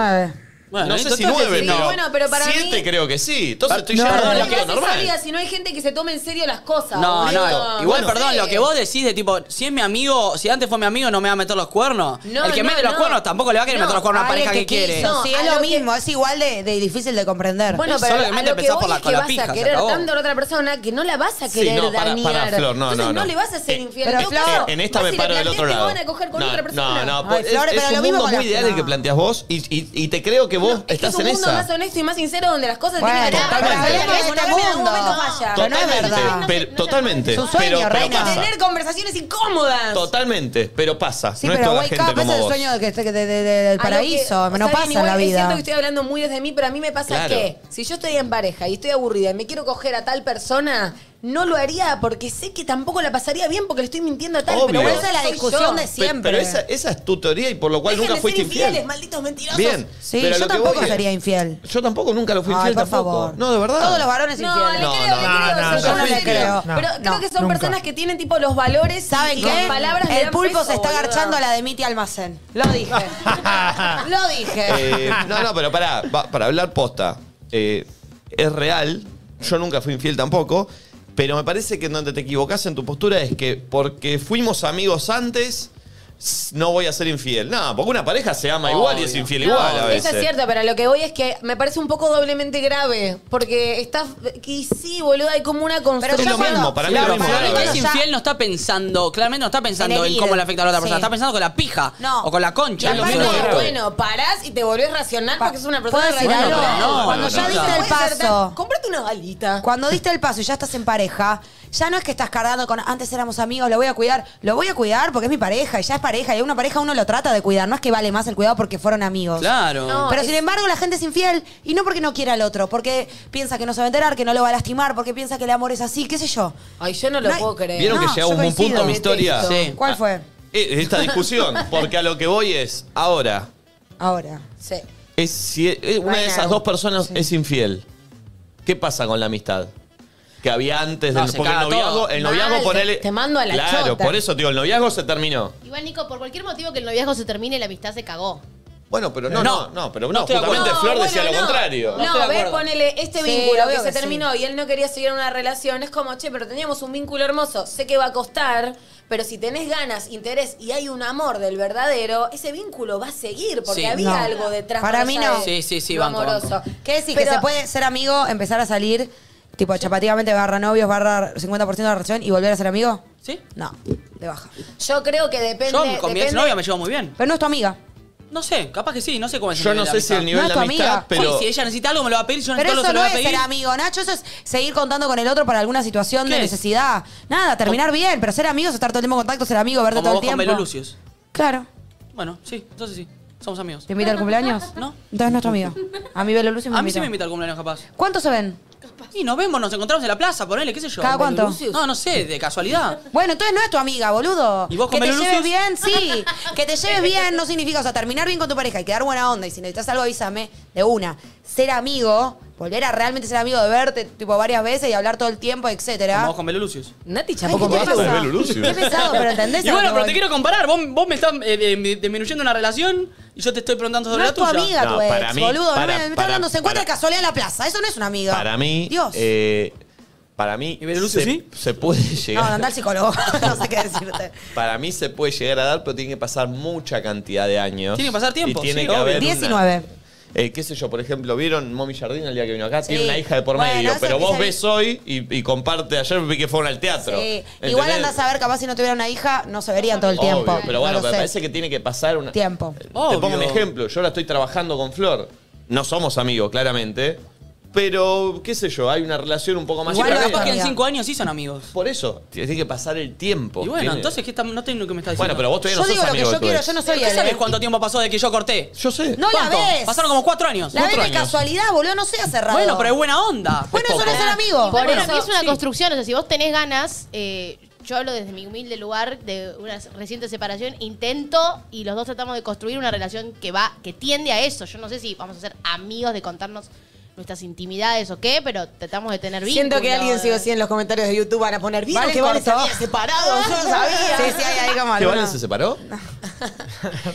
Speaker 1: no sé si nueve,
Speaker 5: sí.
Speaker 1: pero,
Speaker 5: Bueno, pero para
Speaker 1: siete
Speaker 5: mí-
Speaker 1: creo que sí. Entonces estoy
Speaker 4: No,
Speaker 1: llegando
Speaker 4: no,
Speaker 1: a
Speaker 4: no.
Speaker 1: lo que es
Speaker 4: Gracias,
Speaker 1: normal.
Speaker 5: Sabía, si no hay gente que se tome en serio las cosas.
Speaker 4: No,
Speaker 5: boludo.
Speaker 4: no, igual,
Speaker 5: No
Speaker 4: perdón,
Speaker 5: sé.
Speaker 4: lo que vos decís de tipo, si es mi amigo, si antes fue mi amigo, no me va a meter los cuernos.
Speaker 5: No,
Speaker 4: el que
Speaker 5: no,
Speaker 4: mete los
Speaker 5: no.
Speaker 4: cuernos tampoco le va a querer
Speaker 5: No,
Speaker 4: meter los cuernos a una
Speaker 5: alguien
Speaker 4: pareja que,
Speaker 5: que
Speaker 4: quiere.
Speaker 5: quiso.
Speaker 3: Sí, es
Speaker 5: a
Speaker 3: lo
Speaker 5: lo que-
Speaker 3: mismo, es igual de, de difícil de comprender.
Speaker 5: Bueno, pero a
Speaker 4: solamente
Speaker 5: lo que
Speaker 4: pensás
Speaker 5: voy
Speaker 4: por la-
Speaker 5: es
Speaker 4: con
Speaker 5: que
Speaker 4: la
Speaker 5: vas
Speaker 4: pija, se
Speaker 5: a querer
Speaker 4: acabó.
Speaker 5: tanto a la otra persona que no la vas a
Speaker 1: Sí,
Speaker 5: querer
Speaker 1: no, pará, pará,
Speaker 5: dañar.
Speaker 1: Flor, no,
Speaker 5: Entonces
Speaker 1: no, no.
Speaker 5: le vas a ser infiel.
Speaker 3: pero
Speaker 5: loco.
Speaker 3: Flor-
Speaker 1: En esta
Speaker 5: Vas
Speaker 1: me
Speaker 5: y le
Speaker 1: paro del
Speaker 5: planteás
Speaker 1: otro
Speaker 5: que
Speaker 1: lado.
Speaker 5: van a coger con
Speaker 1: no,
Speaker 5: otra persona.
Speaker 1: no, no,
Speaker 5: Ay,
Speaker 1: es-
Speaker 5: Flor,
Speaker 1: es,
Speaker 5: pero lo
Speaker 1: un
Speaker 5: mismo
Speaker 1: mundo
Speaker 5: con
Speaker 1: muy
Speaker 5: la-
Speaker 1: ideal el que planteas vos y, y- y te creo que vos
Speaker 5: Es que
Speaker 1: estás
Speaker 5: es un
Speaker 1: en
Speaker 5: mundo
Speaker 1: esa.
Speaker 5: más honesto y más sincero donde las cosas
Speaker 1: Bueno,
Speaker 5: tienen que
Speaker 1: totalmente.
Speaker 5: Hablemos
Speaker 3: Hablemos de
Speaker 5: de
Speaker 3: este
Speaker 5: un momento
Speaker 3: mundo.
Speaker 5: falla.
Speaker 3: Pero no es
Speaker 1: Totalmente,
Speaker 3: verdad.
Speaker 1: pero- totalmente.
Speaker 3: Es un sueño,
Speaker 1: pero, pero
Speaker 3: reina.
Speaker 1: pasa.
Speaker 5: Tener conversaciones incómodas.
Speaker 1: Totalmente, pero pasa.
Speaker 3: Sí,
Speaker 1: no es
Speaker 3: pero
Speaker 1: toda la
Speaker 3: wake
Speaker 1: gente
Speaker 3: up es
Speaker 1: como
Speaker 3: el
Speaker 1: vos.
Speaker 3: sueño de que- de- de- de- del
Speaker 5: A lo que-
Speaker 3: paraíso. no
Speaker 5: está bien,
Speaker 3: pasa en
Speaker 5: igual
Speaker 3: la
Speaker 5: Es
Speaker 3: vida.
Speaker 5: cierto que estoy hablando muy desde mí, pero a mí me pasa
Speaker 3: Claro.
Speaker 5: que si yo estoy en pareja y estoy aburrida y me quiero coger a tal persona, no lo haría porque sé que tampoco la pasaría bien porque le estoy mintiendo a tal.
Speaker 1: Obvio.
Speaker 5: Pero bueno,
Speaker 1: Esa es la
Speaker 5: soy
Speaker 3: discusión
Speaker 5: yo.
Speaker 3: de
Speaker 1: Pe- Pero esa, esa es tu teoría y por lo cual
Speaker 5: Dejen
Speaker 1: nunca
Speaker 5: de
Speaker 1: fuiste
Speaker 5: ser infieles,
Speaker 1: infiel.
Speaker 5: malditos mentirosos.
Speaker 1: Bien.
Speaker 3: Sí,
Speaker 1: pero
Speaker 3: yo
Speaker 1: lo que voy
Speaker 3: tampoco
Speaker 1: es-
Speaker 3: sería infiel.
Speaker 1: Yo tampoco nunca lo fui
Speaker 3: Ay,
Speaker 1: infiel
Speaker 3: por
Speaker 1: tampoco.
Speaker 3: favor.
Speaker 1: No, de verdad.
Speaker 3: Todos los varones
Speaker 5: No,
Speaker 3: infieles.
Speaker 5: le creo, le creo,
Speaker 1: no,
Speaker 5: yo
Speaker 1: no,
Speaker 5: no
Speaker 1: no,
Speaker 5: le creo.
Speaker 3: no,
Speaker 5: Pero creo
Speaker 3: no,
Speaker 5: que son
Speaker 3: nunca.
Speaker 5: personas que tienen tipo los valores
Speaker 3: ¿Saben
Speaker 5: y
Speaker 3: qué?
Speaker 5: las palabras le
Speaker 3: el
Speaker 5: dan
Speaker 3: pulpo
Speaker 5: peso,
Speaker 3: se está
Speaker 5: boluda.
Speaker 3: agarchando a la de Miti Almacén. Lo dije. Lo dije.
Speaker 1: Eh, no, no, pero pará, va- para hablar posta. Eh, es real, yo nunca fui infiel tampoco, pero me parece que en donde te equivocás en tu postura es que porque fuimos amigos antes, s- no voy a ser infiel. No, porque una pareja se ama igual y es infiel
Speaker 5: No,
Speaker 1: igual a veces.
Speaker 5: Eso es cierto, pero lo que voy es que me parece un poco doblemente grave. Porque está. Y sí, boludo, hay como una construcción.
Speaker 1: Es lo mismo, para mí es lo mismo.
Speaker 4: Pero el que
Speaker 1: Claro.
Speaker 4: es infiel no está pensando, claramente no está pensando
Speaker 5: En
Speaker 4: en,
Speaker 5: el
Speaker 4: cómo
Speaker 5: ir.
Speaker 4: le afecta a la otra persona,
Speaker 5: Sí.
Speaker 4: está pensando con la pija
Speaker 5: No.
Speaker 4: o con la
Speaker 5: Y
Speaker 4: concha.
Speaker 5: aparte, bueno, parás y te volvés racional porque es una persona
Speaker 3: ¿Puedo decir
Speaker 5: racional.
Speaker 3: algo?
Speaker 5: No,
Speaker 3: Cuando ya
Speaker 5: no,
Speaker 3: diste
Speaker 5: no.
Speaker 3: el
Speaker 5: Puede ser tan-
Speaker 3: paso.
Speaker 5: Cómprate una balita.
Speaker 3: Cuando diste el paso y ya estás en pareja, ya no es que estás cargando con antes éramos amigos, lo voy a cuidar. Lo voy a cuidar porque es mi pareja y ya es pareja. Y a una pareja uno lo trata de cuidar. No es que vale más el cuidado porque fueron amigos.
Speaker 4: Claro. No,
Speaker 3: Pero
Speaker 4: es-
Speaker 3: sin embargo, la gente es infiel y no porque no quiera al otro, porque piensa que no se va a enterar, que no lo va a lastimar, porque piensa que el amor es así, qué sé yo.
Speaker 5: Ay, yo no lo
Speaker 3: No,
Speaker 5: puedo creer.
Speaker 1: Vieron que
Speaker 3: No,
Speaker 1: llegamos
Speaker 3: yo
Speaker 1: a un
Speaker 3: coincido.
Speaker 1: punto mi historia.
Speaker 3: Detesto. ¿Cuál
Speaker 1: Ah,
Speaker 3: fue?
Speaker 1: eh, Esta discusión, porque a lo que voy es, ahora,
Speaker 3: Ahora.
Speaker 5: Sí.
Speaker 1: es si eh, una de esas dos personas es infiel. ¿Qué pasa con la amistad? Que había antes
Speaker 4: No,
Speaker 1: del
Speaker 4: se
Speaker 1: porque el
Speaker 4: caga
Speaker 1: noviazgo,
Speaker 4: todo.
Speaker 1: el noviazgo
Speaker 4: Mal,
Speaker 1: ponele.
Speaker 4: te- te mando a la
Speaker 1: Claro,
Speaker 4: chota.
Speaker 1: por eso, tío, el noviazgo se terminó.
Speaker 2: Igual, Nico, por cualquier motivo que el noviazgo se termine, la amistad se cagó.
Speaker 1: Bueno, pero no, no, no, pero no,
Speaker 4: estoy de
Speaker 1: justamente
Speaker 4: acuerdo.
Speaker 1: Flor
Speaker 4: No,
Speaker 1: decía
Speaker 4: bueno,
Speaker 1: lo
Speaker 4: no.
Speaker 1: contrario.
Speaker 4: No,
Speaker 5: No,
Speaker 4: estoy de
Speaker 5: ves,
Speaker 4: acuerdo.
Speaker 5: ponele este
Speaker 3: Sí,
Speaker 5: vínculo
Speaker 3: obvio
Speaker 5: que se
Speaker 3: que sí.
Speaker 5: terminó y él no quería seguir una relación. Es como, che, pero teníamos un vínculo hermoso. Sé que va a costar, pero si tenés ganas, interés y hay un amor del verdadero, ese vínculo va a seguir porque
Speaker 4: Sí.
Speaker 5: había
Speaker 4: No.
Speaker 5: algo detrás.
Speaker 3: Para
Speaker 5: más
Speaker 3: mí
Speaker 5: allá
Speaker 3: no.
Speaker 5: de
Speaker 4: Sí, sí, sí,
Speaker 5: lo
Speaker 4: banco, banco.
Speaker 5: amoroso.
Speaker 3: ¿Qué decís?
Speaker 5: Pero-
Speaker 3: que se puede ser amigo, empezar a salir, tipo chapativamente barra novios, barra 50% de la relación y volver a ser amigo?
Speaker 4: ¿Sí?
Speaker 3: No, de baja.
Speaker 5: Yo creo que depende.
Speaker 4: Yo con mi
Speaker 5: depende-
Speaker 4: exnovia me llevo muy bien.
Speaker 3: Pero no es tu amiga.
Speaker 4: No sé, capaz que sí, no sé cómo es
Speaker 1: Yo no
Speaker 4: de
Speaker 1: sé si el nivel No, de tu amistad, amiga. pero-
Speaker 4: Sí, si ella necesita algo, me lo va a pedir, yo
Speaker 3: Pero
Speaker 4: necesito
Speaker 3: eso no
Speaker 4: algo, se lo
Speaker 3: es
Speaker 4: voy a
Speaker 3: ser
Speaker 4: pedir.
Speaker 3: amigo, Nacho. Eso es seguir contando con el otro para alguna situación de
Speaker 4: ¿Qué es?
Speaker 3: necesidad. Nada, terminar bien, pero ser amigos, estar todo el tiempo en contacto, ser amigo, verte
Speaker 4: Como
Speaker 3: todo el
Speaker 4: vos con Belo
Speaker 3: tiempo.
Speaker 4: Lucius.
Speaker 3: Claro.
Speaker 4: Bueno, sí, entonces sí, somos amigos.
Speaker 3: ¿Te invita al cumpleaños?
Speaker 4: No.
Speaker 3: Entonces nuestra amiga. A mí Belo Lucius me
Speaker 4: A mí sí me
Speaker 3: invita.
Speaker 4: invita al cumpleaños, capaz.
Speaker 3: ¿Cuántos se ven?
Speaker 4: Y nos vemos, nos encontramos en la plaza, ponele, qué sé yo.
Speaker 3: ¿Cada cuánto?
Speaker 4: No, no sé, de casualidad.
Speaker 3: Bueno, entonces no es tu amiga, boludo.
Speaker 4: ¿Y vos con
Speaker 3: que te
Speaker 4: Belo
Speaker 3: lleves
Speaker 4: Lucius?
Speaker 3: bien, sí. Que te lleves bien no significa, o sea, terminar bien con tu pareja y quedar buena onda. Y si necesitas algo, avísame de una. Ser amigo, volver a realmente ser amigo de verte, tipo, varias veces y hablar todo el tiempo, etcétera.
Speaker 4: Como vos con Belo Lucius.
Speaker 5: Nati
Speaker 3: Chapoco, ¿qué te pasa? Qué pesado, pero ¿entendés
Speaker 4: Y
Speaker 3: a
Speaker 4: bueno,
Speaker 3: lo que
Speaker 4: pero
Speaker 3: voy?
Speaker 4: te quiero comparar. Vos, vos me estás eh, eh, disminuyendo una relación y yo te estoy preguntando sobre
Speaker 3: No
Speaker 4: la
Speaker 3: es tu
Speaker 4: tuya.
Speaker 3: amiga tu ex,
Speaker 1: para mí,
Speaker 3: boludo.
Speaker 1: para-
Speaker 3: no me, me está
Speaker 1: para-
Speaker 3: hablando, se encuentra casualidad en la plaza. Eso no es una amiga.
Speaker 1: Para mí.
Speaker 3: Dios.
Speaker 1: eh, para mí. se, se puede
Speaker 3: no,
Speaker 1: llegar.
Speaker 3: anda al psicólogo. no sé qué decirte.
Speaker 1: Para mí se puede llegar a dar, pero tiene que pasar mucha cantidad de años.
Speaker 4: Tiene que pasar tiempo,
Speaker 1: Y tiene
Speaker 4: sí,
Speaker 1: que
Speaker 4: obvio.
Speaker 1: haber. una-
Speaker 3: 19.
Speaker 1: eh, qué sé yo, por ejemplo, ¿vieron Mommy Jardín el día que vino acá?
Speaker 3: Sí.
Speaker 1: Tiene una hija de por
Speaker 3: Bueno,
Speaker 1: medio,
Speaker 3: eso
Speaker 1: pero
Speaker 3: es que
Speaker 1: vos
Speaker 3: se-
Speaker 1: ves hoy y, y comparte. Ayer vi que fueron al teatro.
Speaker 3: Sí. Igual
Speaker 1: ¿Entendés?
Speaker 3: andás a ver, capaz si no tuviera una hija, no se verían todo el
Speaker 1: Obvio,
Speaker 3: tiempo.
Speaker 1: pero bueno,
Speaker 3: No lo
Speaker 1: me
Speaker 3: sé.
Speaker 1: parece que tiene que pasar una. Eh,
Speaker 3: Tiempo.
Speaker 1: Te pongo un ejemplo. Yo ahora estoy trabajando con Flor. No somos amigos, claramente. Pero, qué sé yo, hay una relación un poco más
Speaker 4: Sí, pero
Speaker 1: cercana.
Speaker 4: capaz que en cinco años sí son amigos.
Speaker 1: Por eso, tiene que pasar el tiempo.
Speaker 4: Y bueno,
Speaker 1: Tiene-
Speaker 4: entonces ¿qué está- no tengo lo que me estás diciendo.
Speaker 1: Bueno, pero vos todavía no Yo sos digo lo que amigo yo de tu quiero, ex. yo no soy
Speaker 4: ¿Qué
Speaker 1: él,
Speaker 4: sabes
Speaker 1: ¿eh?
Speaker 4: cuánto tiempo pasó de que yo corté?
Speaker 1: Yo sé.
Speaker 3: No la
Speaker 4: ¿Cuánto?
Speaker 3: ves.
Speaker 4: Pasaron como cuatro años.
Speaker 3: La ves
Speaker 4: cuatro
Speaker 3: de
Speaker 4: años.
Speaker 3: casualidad, boludo, no seas cerrado.
Speaker 4: Bueno, pero es buena onda.
Speaker 3: Bueno, eso no es ser amigo.
Speaker 2: Por
Speaker 3: Bueno,
Speaker 2: eso es una construcción, o sea, si vos tenés ganas, eh, yo hablo desde mi humilde lugar de una reciente separación, intento y los dos tratamos de construir una relación que va, que tiende a eso. Yo no sé si vamos a ser amigos de contarnos nuestras intimidades o qué, pero tratamos de tener vínculo.
Speaker 5: Siento que alguien sigo así en los comentarios de YouTube van a poner bien
Speaker 3: Valen
Speaker 5: que van a
Speaker 3: cortó.
Speaker 5: estar separados, yo sabía.
Speaker 3: Sí, sí, hay ahí como
Speaker 1: ¿Qué
Speaker 3: alguna.
Speaker 1: Valen se separó?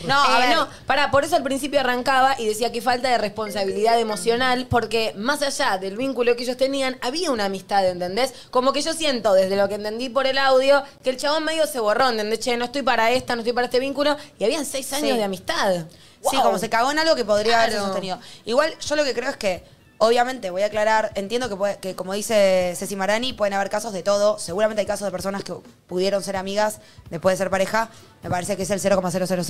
Speaker 5: No, a ver, Eh, no, pará, por eso al principio arrancaba y decía que falta de responsabilidad emocional, porque más allá del vínculo que ellos tenían, había una amistad, ¿entendés? Como que yo siento, desde lo que entendí por el audio, que el chabón medio se borró, ¿entendés? Che, no estoy para esta, no estoy para este vínculo, y habían seis años
Speaker 3: Sí.
Speaker 5: de amistad.
Speaker 3: Sí,
Speaker 5: Wow.
Speaker 3: como se cagó en algo que podría haberse
Speaker 5: Claro.
Speaker 3: sostenido. Igual, yo lo que creo es que, obviamente, voy a aclarar, entiendo que, puede- que como dice Ceci Marani, pueden haber casos de todo. Seguramente hay casos de personas que pudieron ser amigas después de ser pareja. Me parece que es el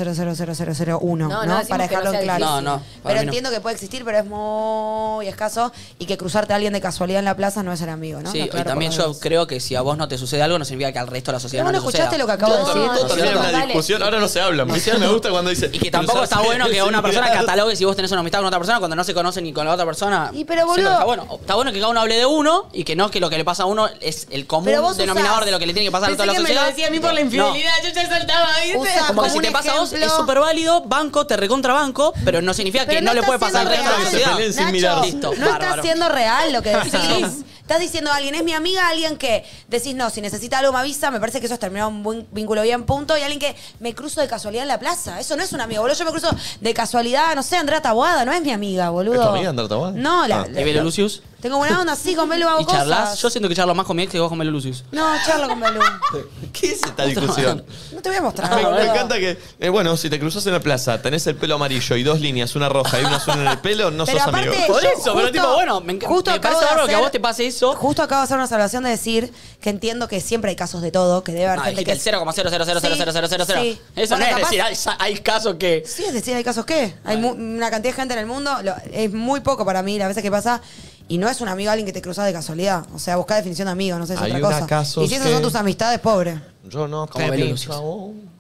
Speaker 3: 0,000000001, ¿no?
Speaker 5: No, no, decimos
Speaker 3: para
Speaker 5: que no
Speaker 3: dejarlo
Speaker 5: sea
Speaker 3: en claro.
Speaker 5: difícil. No, no, para
Speaker 3: pero
Speaker 5: mí no.
Speaker 3: entiendo que puede existir, pero es muy escaso. Y que cruzarte a alguien de casualidad en la plaza no es ser amigo, ¿no?
Speaker 4: Sí,
Speaker 3: Está claro
Speaker 4: y también
Speaker 3: por
Speaker 4: yo creo que si a vos no te sucede algo, no significa que al resto de la sociedad
Speaker 3: Pero
Speaker 4: no
Speaker 3: vos
Speaker 4: le
Speaker 3: no escuchaste
Speaker 4: suceda.
Speaker 3: lo que acabo de Todo- decir. todo
Speaker 1: Todavía
Speaker 4: Total.
Speaker 1: una discusión, ahora no se habla. Marcial me gusta cuando dice.
Speaker 4: Y que tampoco está bueno que una persona catalogue si vos tenés una amistad con otra persona cuando no se conoce ni con la otra persona.
Speaker 3: Y pero,
Speaker 4: Siento que
Speaker 3: boludo-
Speaker 4: Está bueno, está bueno que cada uno hable de uno y que no que lo que le pasa a uno es el común
Speaker 3: Pero vos
Speaker 4: denominador
Speaker 3: usás-
Speaker 4: de lo que le tiene que pasar a
Speaker 5: Pensé
Speaker 4: toda la
Speaker 5: que me
Speaker 4: sociedad.
Speaker 5: lo decía a mí por la infidelidad, yo ya saltaba, ¿viste?
Speaker 4: No. Como que si te pasa a vos, es súper válido, banco, te recontra banco, pero no significa que
Speaker 3: Pero
Speaker 4: no,
Speaker 3: no
Speaker 4: le
Speaker 3: está
Speaker 4: puede pasar al
Speaker 3: siendo
Speaker 4: resto de la
Speaker 3: real.
Speaker 4: sociedad.
Speaker 1: Nacho, Sin mirar.
Speaker 4: Listo,
Speaker 3: No
Speaker 4: bárbaro.
Speaker 3: está siendo real lo que decís. Estás diciendo a alguien, es mi amiga, alguien que decís, no, si necesita algo me avisa, me parece que eso es terminar un buen vínculo bien punto. Y alguien que me cruzo de casualidad en la plaza. Eso no es un amigo, boludo. Yo me cruzo de casualidad, no sé, Andrea Taboada, no es mi amiga, boludo.
Speaker 1: ¿Es tu amiga Andar Taboada?
Speaker 3: No, la-
Speaker 4: ¿Y Belo Lucius?
Speaker 3: Tengo buena onda, sí, con Belu hago
Speaker 4: Ah. ¿Y charlas?
Speaker 3: cosas.
Speaker 4: Yo siento que charlo más con mi ex que vos con Belo Lucius. Ah,
Speaker 3: No, charlo con Belu.
Speaker 1: ¿Qué es esta discusión?
Speaker 3: No te voy a mostrar.
Speaker 1: Me, me
Speaker 3: boludo.
Speaker 1: encanta que, eh, bueno, si te cruzas en la plaza, tenés el pelo amarillo y dos líneas, una roja y una azul en el pelo, no
Speaker 3: Pero
Speaker 1: sos
Speaker 3: aparte,
Speaker 1: amigo.
Speaker 3: yo
Speaker 4: Por eso, pero
Speaker 3: justo-
Speaker 4: tipo, bueno, me, enc-
Speaker 3: justo
Speaker 4: me
Speaker 3: acabo
Speaker 4: parece
Speaker 3: de
Speaker 4: bárbaro que a
Speaker 3: hacer-
Speaker 4: vos te pase eso.
Speaker 3: Justo acabo de hacer una salvación de decir que entiendo que siempre hay casos de todo, que debe haber
Speaker 4: Ah,
Speaker 3: gente
Speaker 4: dijiste
Speaker 3: que.
Speaker 4: el 0,0000000.
Speaker 3: Sí, sí.
Speaker 4: Eso
Speaker 3: Bueno,
Speaker 4: no es
Speaker 3: capaz-
Speaker 4: decir, hay, hay casos que...
Speaker 3: Sí, es decir, hay casos que. Hay mu- una cantidad de gente en el mundo, lo- es muy poco para mí, la veces que pasa. Y no es un amigo alguien que te cruzas de casualidad. O sea, busca definición de amigo, no sé, es
Speaker 1: Hay
Speaker 3: otra
Speaker 1: una
Speaker 3: cosa.
Speaker 1: casos
Speaker 3: y si esas
Speaker 1: que-
Speaker 3: son tus amistades, pobre.
Speaker 1: Yo no,
Speaker 4: Como
Speaker 1: te
Speaker 4: Belo
Speaker 1: pido
Speaker 4: Lucius.
Speaker 1: aún.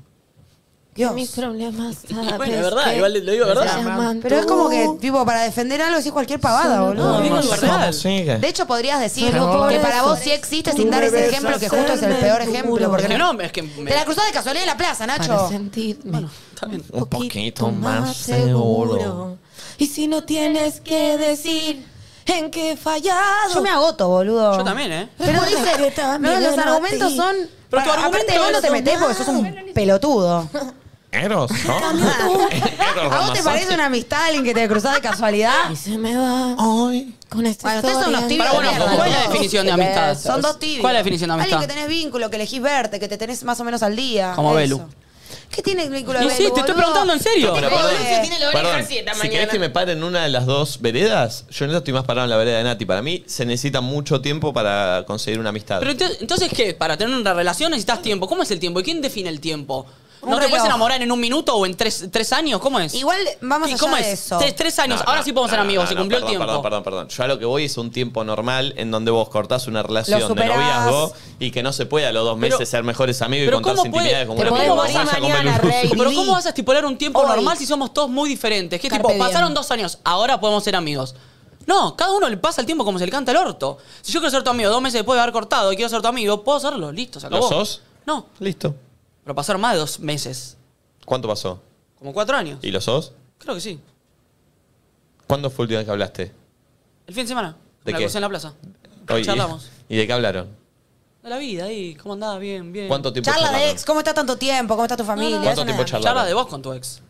Speaker 3: Dios.
Speaker 5: Mis problemas.
Speaker 3: Ah,
Speaker 4: Bueno,
Speaker 5: sabes
Speaker 4: es verdad,
Speaker 5: que
Speaker 4: igual lo digo,
Speaker 5: me
Speaker 4: ¿verdad?
Speaker 5: llaman
Speaker 3: Pero es
Speaker 5: tú.
Speaker 3: como que, tipo, para defender algo decís cualquier pavada, boludo.
Speaker 4: digo
Speaker 1: No
Speaker 4: algo
Speaker 1: sé
Speaker 4: real.
Speaker 1: cómo sigue.
Speaker 3: De hecho, podrías decir
Speaker 1: Pero por
Speaker 3: que
Speaker 1: eso.
Speaker 3: para vos sí existe sin
Speaker 5: Tú
Speaker 3: dar ese
Speaker 5: debes
Speaker 3: ejemplo, que justo es el
Speaker 5: hacerme
Speaker 3: peor
Speaker 5: el
Speaker 3: ejemplo.
Speaker 5: duro.
Speaker 3: Porque
Speaker 4: Que no, es que... me-
Speaker 3: Te la cruzás de casualidad en la plaza,
Speaker 5: Para
Speaker 3: Nacho.
Speaker 5: sentirme
Speaker 4: Está bien.
Speaker 1: Un poquito
Speaker 5: poquito
Speaker 1: más seguro.
Speaker 5: Y si no tienes que decir en qué he fallado.
Speaker 3: Yo me agoto, boludo.
Speaker 4: Yo también, ¿eh?
Speaker 3: Pero
Speaker 5: Recuerda que
Speaker 3: dice,
Speaker 5: también
Speaker 3: no, los
Speaker 5: a
Speaker 3: argumentos
Speaker 5: ti.
Speaker 3: son.
Speaker 4: Pero tu
Speaker 3: Para- aparte,
Speaker 4: argumento
Speaker 3: vos no te
Speaker 4: es
Speaker 3: metés porque sos un pelotudo.
Speaker 1: Eros, ¿no? Eros
Speaker 3: ¿A vos te
Speaker 1: Ramazzotti.
Speaker 3: parece una amistad alguien que te cruzás de casualidad?
Speaker 5: Y se me va
Speaker 1: Ay.
Speaker 5: con esta
Speaker 3: Bueno, ustedes son
Speaker 5: historia.
Speaker 3: unos tibios
Speaker 4: Pero
Speaker 3: de
Speaker 4: bueno,
Speaker 3: mierda,
Speaker 4: ¿cuál es la
Speaker 3: ¿no? eh,
Speaker 4: definición de amistad?
Speaker 3: Son dos tibios.
Speaker 4: ¿Cuál es la definición de amistad?
Speaker 3: Alguien que tenés vínculo, que elegís verte, que te tenés más o menos al día.
Speaker 4: Como
Speaker 3: eso.
Speaker 4: Belu.
Speaker 3: ¿Qué tiene el vínculo de
Speaker 4: Y
Speaker 3: Belu,
Speaker 4: sí, te estoy
Speaker 3: boludo?
Speaker 4: preguntando en serio.
Speaker 1: Pero
Speaker 3: Belu
Speaker 1: perdón,
Speaker 3: Lucio tiene
Speaker 5: la oreja
Speaker 1: perdón,
Speaker 5: así esta
Speaker 1: si
Speaker 5: mañana.
Speaker 1: querés que me pare en una de las dos veredas, yo en esto estoy más parado en la vereda de Nati. Para mí se necesita mucho tiempo para conseguir una amistad.
Speaker 4: Pero ento- entonces, ¿qué? Para tener una relación necesitas tiempo. ¿Cómo es el tiempo? ¿Y quién define el tiempo? ¿No te
Speaker 3: reloj.
Speaker 4: puedes enamorar en un minuto o en tres, tres años? ¿Cómo es?
Speaker 3: Igual vamos
Speaker 4: ¿Y
Speaker 3: allá
Speaker 4: cómo
Speaker 3: de
Speaker 4: es?
Speaker 3: eso.
Speaker 4: Tres, tres años.
Speaker 1: No,
Speaker 4: Ahora
Speaker 1: no,
Speaker 4: sí podemos ser
Speaker 1: no,
Speaker 4: amigos.
Speaker 1: no,
Speaker 4: se
Speaker 1: no,
Speaker 4: cumplió
Speaker 1: perdón,
Speaker 4: el tiempo.
Speaker 1: Perdón, perdón, perdón. Yo a lo que voy es un tiempo normal en donde vos cortás una relación de
Speaker 4: superás.
Speaker 1: noviazgo y que no se puede a los dos
Speaker 4: Pero-
Speaker 1: meses ser mejores amigos y
Speaker 4: pero
Speaker 1: contarse
Speaker 4: ¿cómo puede-
Speaker 1: intimidades como
Speaker 4: te
Speaker 1: un
Speaker 4: podés
Speaker 1: amigo.
Speaker 4: morir
Speaker 1: Vaya a comer
Speaker 4: mañana,
Speaker 1: un-
Speaker 4: Rey. Pero ¿cómo vas a estipular un tiempo
Speaker 1: Hoy.
Speaker 4: normal si somos todos muy diferentes? ¿Qué
Speaker 1: Carpe
Speaker 4: tipo?
Speaker 1: diem.
Speaker 4: Pasaron dos años, ahora podemos ser amigos. No, cada uno le pasa el tiempo como se le canta el orto. Si yo quiero ser tu amigo dos meses después de haber cortado y quiero ser tu amigo, puedo serlo, listo, se
Speaker 1: ¿Lo
Speaker 4: acabó.
Speaker 1: sos?
Speaker 4: No.
Speaker 1: Listo.
Speaker 4: Pero pasaron más de dos meses,
Speaker 1: ¿Cuánto pasó?
Speaker 4: como cuatro años.
Speaker 1: ¿Y lo sos?
Speaker 4: Creo que sí.
Speaker 1: ¿Cuándo fue el última vez que hablaste?
Speaker 4: El fin de semana.
Speaker 1: ¿De
Speaker 4: me la
Speaker 1: qué?
Speaker 4: crucé en la plaza.
Speaker 1: Hoy-
Speaker 4: Charlamos.
Speaker 1: ¿Y de qué hablaron?
Speaker 4: De la vida, ahí, ¿cómo andaba? Bien, bien.
Speaker 1: ¿Cuánto tiempo
Speaker 3: Charla de
Speaker 1: charlaron?
Speaker 3: ex, ¿cómo está tanto tiempo? ¿Cómo está tu familia?
Speaker 1: ¿Cuánto
Speaker 3: Eso
Speaker 1: tiempo
Speaker 3: nada.
Speaker 1: charlaron?
Speaker 4: Charla de vos con tu ex.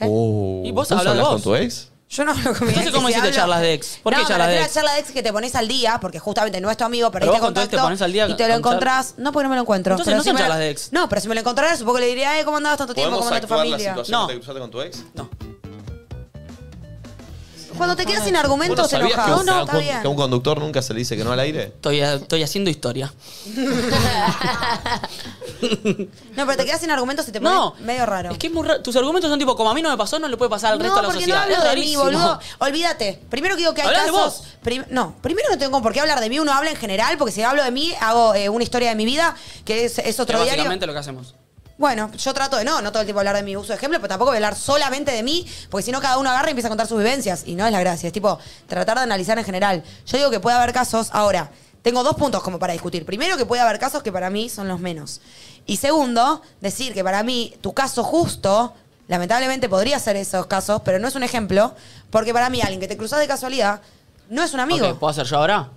Speaker 1: Oh,
Speaker 4: ¿Y vos hablás de
Speaker 1: hablás
Speaker 4: vos?
Speaker 1: con tu ex?
Speaker 3: Yo no hablo con mi
Speaker 4: Entonces,
Speaker 3: ex,
Speaker 4: ¿cómo
Speaker 3: si
Speaker 4: hiciste
Speaker 3: hablo-
Speaker 4: charlas de ex? ¿Por
Speaker 3: no,
Speaker 4: qué
Speaker 3: me
Speaker 4: charlas de
Speaker 3: refiero
Speaker 4: ex?
Speaker 3: a charla de ex que te pones al día, porque justamente no es tu amigo,
Speaker 4: Pero
Speaker 3: perdiste
Speaker 4: vos con tu ex
Speaker 3: contacto.
Speaker 4: te pones al
Speaker 3: y te
Speaker 4: día
Speaker 3: lo
Speaker 4: con charla-
Speaker 3: encontrás. No, porque no me lo encuentro.
Speaker 4: Entonces no
Speaker 3: si
Speaker 4: son
Speaker 3: me lo-
Speaker 4: charlas de ex.
Speaker 3: No, pero si me lo encontrara, supongo que le diría, eh, ¿cómo andabas tanto tiempo?
Speaker 1: ¿Podemos
Speaker 3: ¿Cómo anda tu
Speaker 1: actuar la
Speaker 3: familia?
Speaker 1: situación que te cruzaste con tu ex?
Speaker 3: Cuando te quedas sin
Speaker 1: ¿Vos
Speaker 3: argumentos, te
Speaker 1: sabías
Speaker 3: enojas.
Speaker 1: que un,
Speaker 3: No,
Speaker 1: a un
Speaker 3: no, está
Speaker 1: con-
Speaker 3: bien.
Speaker 1: que a un conductor nunca se le dice que no al aire?
Speaker 4: Estoy, eh, estoy haciendo historia.
Speaker 3: No, pero te quedas sin argumentos y te pones
Speaker 4: No.
Speaker 3: medio raro.
Speaker 4: Es que es muy raro. Tus argumentos son tipo, como a mí no me pasó, no le puede pasar al resto
Speaker 3: no,
Speaker 4: de la
Speaker 3: porque
Speaker 4: sociedad.
Speaker 3: no
Speaker 4: es
Speaker 3: hablo de mí,
Speaker 4: rarísimo.
Speaker 3: boludo. Olvídate. Primero que digo que hay
Speaker 4: Hablá de
Speaker 3: casos.
Speaker 4: vos.
Speaker 3: prim- no, primero no tengo por qué hablar de mí, uno habla en general, porque si hablo de mí, hago eh, una historia de mi vida, que es, es
Speaker 4: Que
Speaker 3: otro diario.
Speaker 4: básicamente lo que hacemos.
Speaker 3: Bueno, yo trato de no, no todo el tiempo hablar de mi uso de ejemplo, pero tampoco voy a hablar solamente de mí, porque si no cada uno agarra y empieza a contar sus vivencias. Y no es la gracia, es tipo tratar de analizar en general. Yo digo que puede haber casos, ahora, tengo dos puntos como para discutir. Primero, que puede haber casos que para mí son los menos. Y segundo, decir que para mí tu caso justo, lamentablemente podría ser esos casos, pero no es un ejemplo, porque para mí alguien que te cruzas de casualidad no es un amigo.
Speaker 4: Ok, ¿Puedo hacer yo ahora?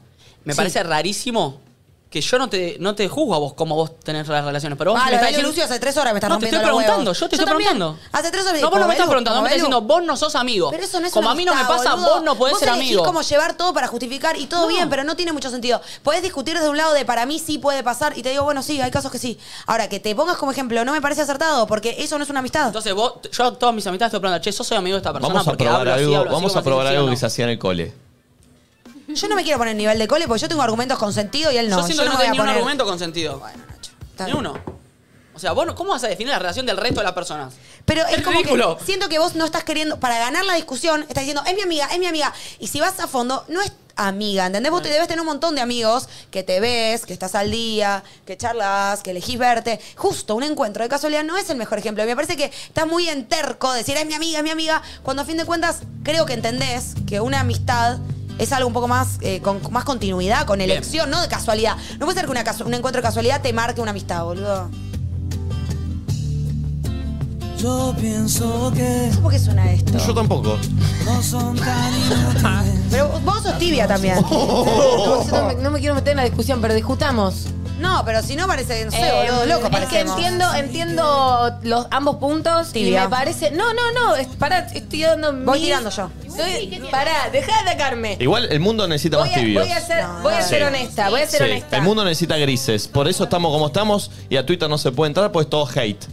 Speaker 4: Me
Speaker 3: Sí.
Speaker 4: parece rarísimo que yo no te, no te juzgo a vos como vos tenés las relaciones, pero vos
Speaker 3: Ah,
Speaker 4: me
Speaker 3: lo
Speaker 4: estás
Speaker 3: de Belu
Speaker 4: diciendo-
Speaker 3: Lucio hace tres horas me estás
Speaker 4: No, te estoy
Speaker 3: rompiendo los
Speaker 4: preguntando,
Speaker 3: huevos.
Speaker 4: yo te
Speaker 3: Yo
Speaker 4: estoy
Speaker 3: también.
Speaker 4: preguntando.
Speaker 3: Hace tres horas me
Speaker 4: No, vos no
Speaker 3: dijo,
Speaker 4: me estás
Speaker 3: Belu,
Speaker 4: preguntando,
Speaker 3: como
Speaker 4: vos me estás
Speaker 3: Belu.
Speaker 4: diciendo, vos no sos amigo.
Speaker 3: Pero eso no es
Speaker 4: Como
Speaker 3: una
Speaker 4: a mí no me
Speaker 3: amistad,
Speaker 4: pasa,
Speaker 3: boludo.
Speaker 4: vos no podés ser
Speaker 3: elegís
Speaker 4: amigo.
Speaker 3: como llevar todo para justificar y todo bien, pero no tiene mucho sentido. Podés discutir desde un lado de para mí sí puede pasar y te digo, bueno, sí, hay casos que sí. Ahora, que te pongas como ejemplo no me parece acertado porque eso no es una amistad.
Speaker 4: Entonces vos, yo a todas mis amistades estoy preguntando, che, yo soy amigo de esta persona
Speaker 1: Vamos a
Speaker 4: porque
Speaker 1: probar
Speaker 4: hablo así,
Speaker 1: algo,
Speaker 4: hablo así,
Speaker 1: vamos
Speaker 4: como
Speaker 1: a
Speaker 4: si
Speaker 1: probar
Speaker 4: sí o
Speaker 1: algo
Speaker 4: no.
Speaker 1: que se hacía en el cole.
Speaker 3: Yo no me quiero poner en nivel de cole porque yo tengo argumentos con sentido y él no.
Speaker 4: yo siento que
Speaker 3: no
Speaker 4: no
Speaker 3: me
Speaker 4: tenés ni
Speaker 3: voy a
Speaker 4: un
Speaker 3: poner-
Speaker 4: argumento con sentido. ni uno. O sea, vos no- ¿cómo vas a definir la relación del resto de las personas?
Speaker 3: Pero es,
Speaker 4: Es
Speaker 3: como
Speaker 4: ridículo.
Speaker 3: que siento que vos no estás queriendo, para ganar la discusión, estás diciendo, es mi amiga, es mi amiga. Y si vas a fondo, no es amiga, ¿entendés? Vos te debes tener un montón de amigos que te ves, que estás al día, que charlas, que elegís verte. Justo un encuentro de casualidad no es el mejor ejemplo. Y me parece que estás muy en terco de decir, es mi amiga, es mi amiga, cuando a fin de cuentas creo que entendés que una amistad... Es algo un poco más eh, con más continuidad, con
Speaker 4: Bien.
Speaker 3: elección, no de casualidad. No puede ser que una casu- un encuentro de casualidad te marque una amistad, boludo.
Speaker 14: Yo pienso que
Speaker 3: No sé por qué suena esto.
Speaker 1: Yo tampoco.
Speaker 14: no son tan inútiles.
Speaker 3: Pero vos sos tibia también.
Speaker 5: No, yo no me, no me quiero meter en la discusión, pero discutamos.
Speaker 3: No, pero si no parece, no sé,
Speaker 5: Eh,
Speaker 3: boludo, loco
Speaker 5: es que
Speaker 3: parecemos.
Speaker 5: entiendo, entiendo los ambos puntos
Speaker 3: Tibia.
Speaker 5: y me parece. No, no, no. es- Pará, estoy dando.
Speaker 3: Voy
Speaker 5: mis-
Speaker 3: tirando yo.
Speaker 5: Soy- pará, deja de atacarme.
Speaker 1: Igual el mundo necesita
Speaker 5: Voy
Speaker 1: más
Speaker 5: a,
Speaker 1: tibios.
Speaker 5: voy a ser, voy a
Speaker 1: Sí.
Speaker 5: ser honesta, voy a ser
Speaker 1: Sí,
Speaker 5: honesta.
Speaker 1: El mundo necesita grises. Por eso estamos como estamos y a Twitter no se puede entrar porque es todo hate.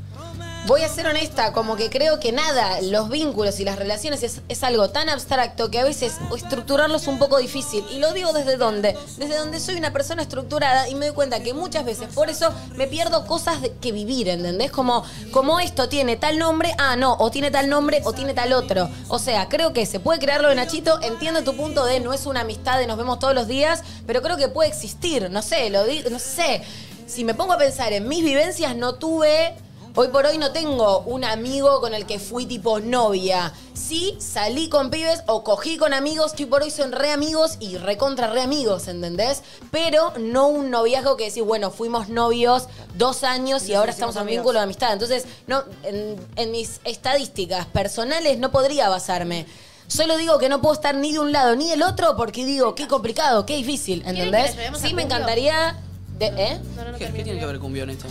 Speaker 5: Voy a ser honesta, como que creo que nada, los vínculos y las relaciones es, es algo tan abstracto que a veces estructurarlos es un poco difícil. Y lo digo desde dónde. Desde donde soy una persona estructurada y me doy cuenta que muchas veces por eso me pierdo cosas de- que vivir, ¿entendés? Como, como esto tiene tal nombre, ah, no, o tiene tal nombre o tiene tal otro. O sea, creo que se puede crear lo de Nachito, entiendo tu punto de no es una amistad de nos vemos todos los días, pero creo que puede existir, no sé, lo digo, no sé. Si me pongo a pensar en mis vivencias, no tuve Hoy por hoy no tengo un amigo con el que fui tipo novia. Sí, salí con pibes o cogí con amigos que hoy por hoy son re amigos y recontra re amigos, ¿entendés? Pero no un noviazgo que decís, bueno, fuimos novios dos años y ahora estamos en un vínculo de amistad. Entonces, no, en, en mis estadísticas personales no podría basarme. Solo digo que no puedo estar ni de un lado ni del otro porque digo, qué complicado, qué difícil, ¿entendés?
Speaker 2: llevemos a
Speaker 5: Sí, me
Speaker 2: Cumbio?
Speaker 5: encantaría... de- ¿eh?
Speaker 4: ¿Qué, qué tiene que ver cumbio en esto?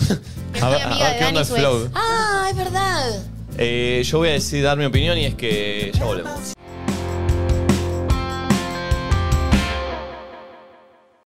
Speaker 1: A ver, a ver qué onda el flow.
Speaker 5: Ah, es verdad.
Speaker 1: Eh, yo voy a decir dar mi opinión y es que ya volvemos.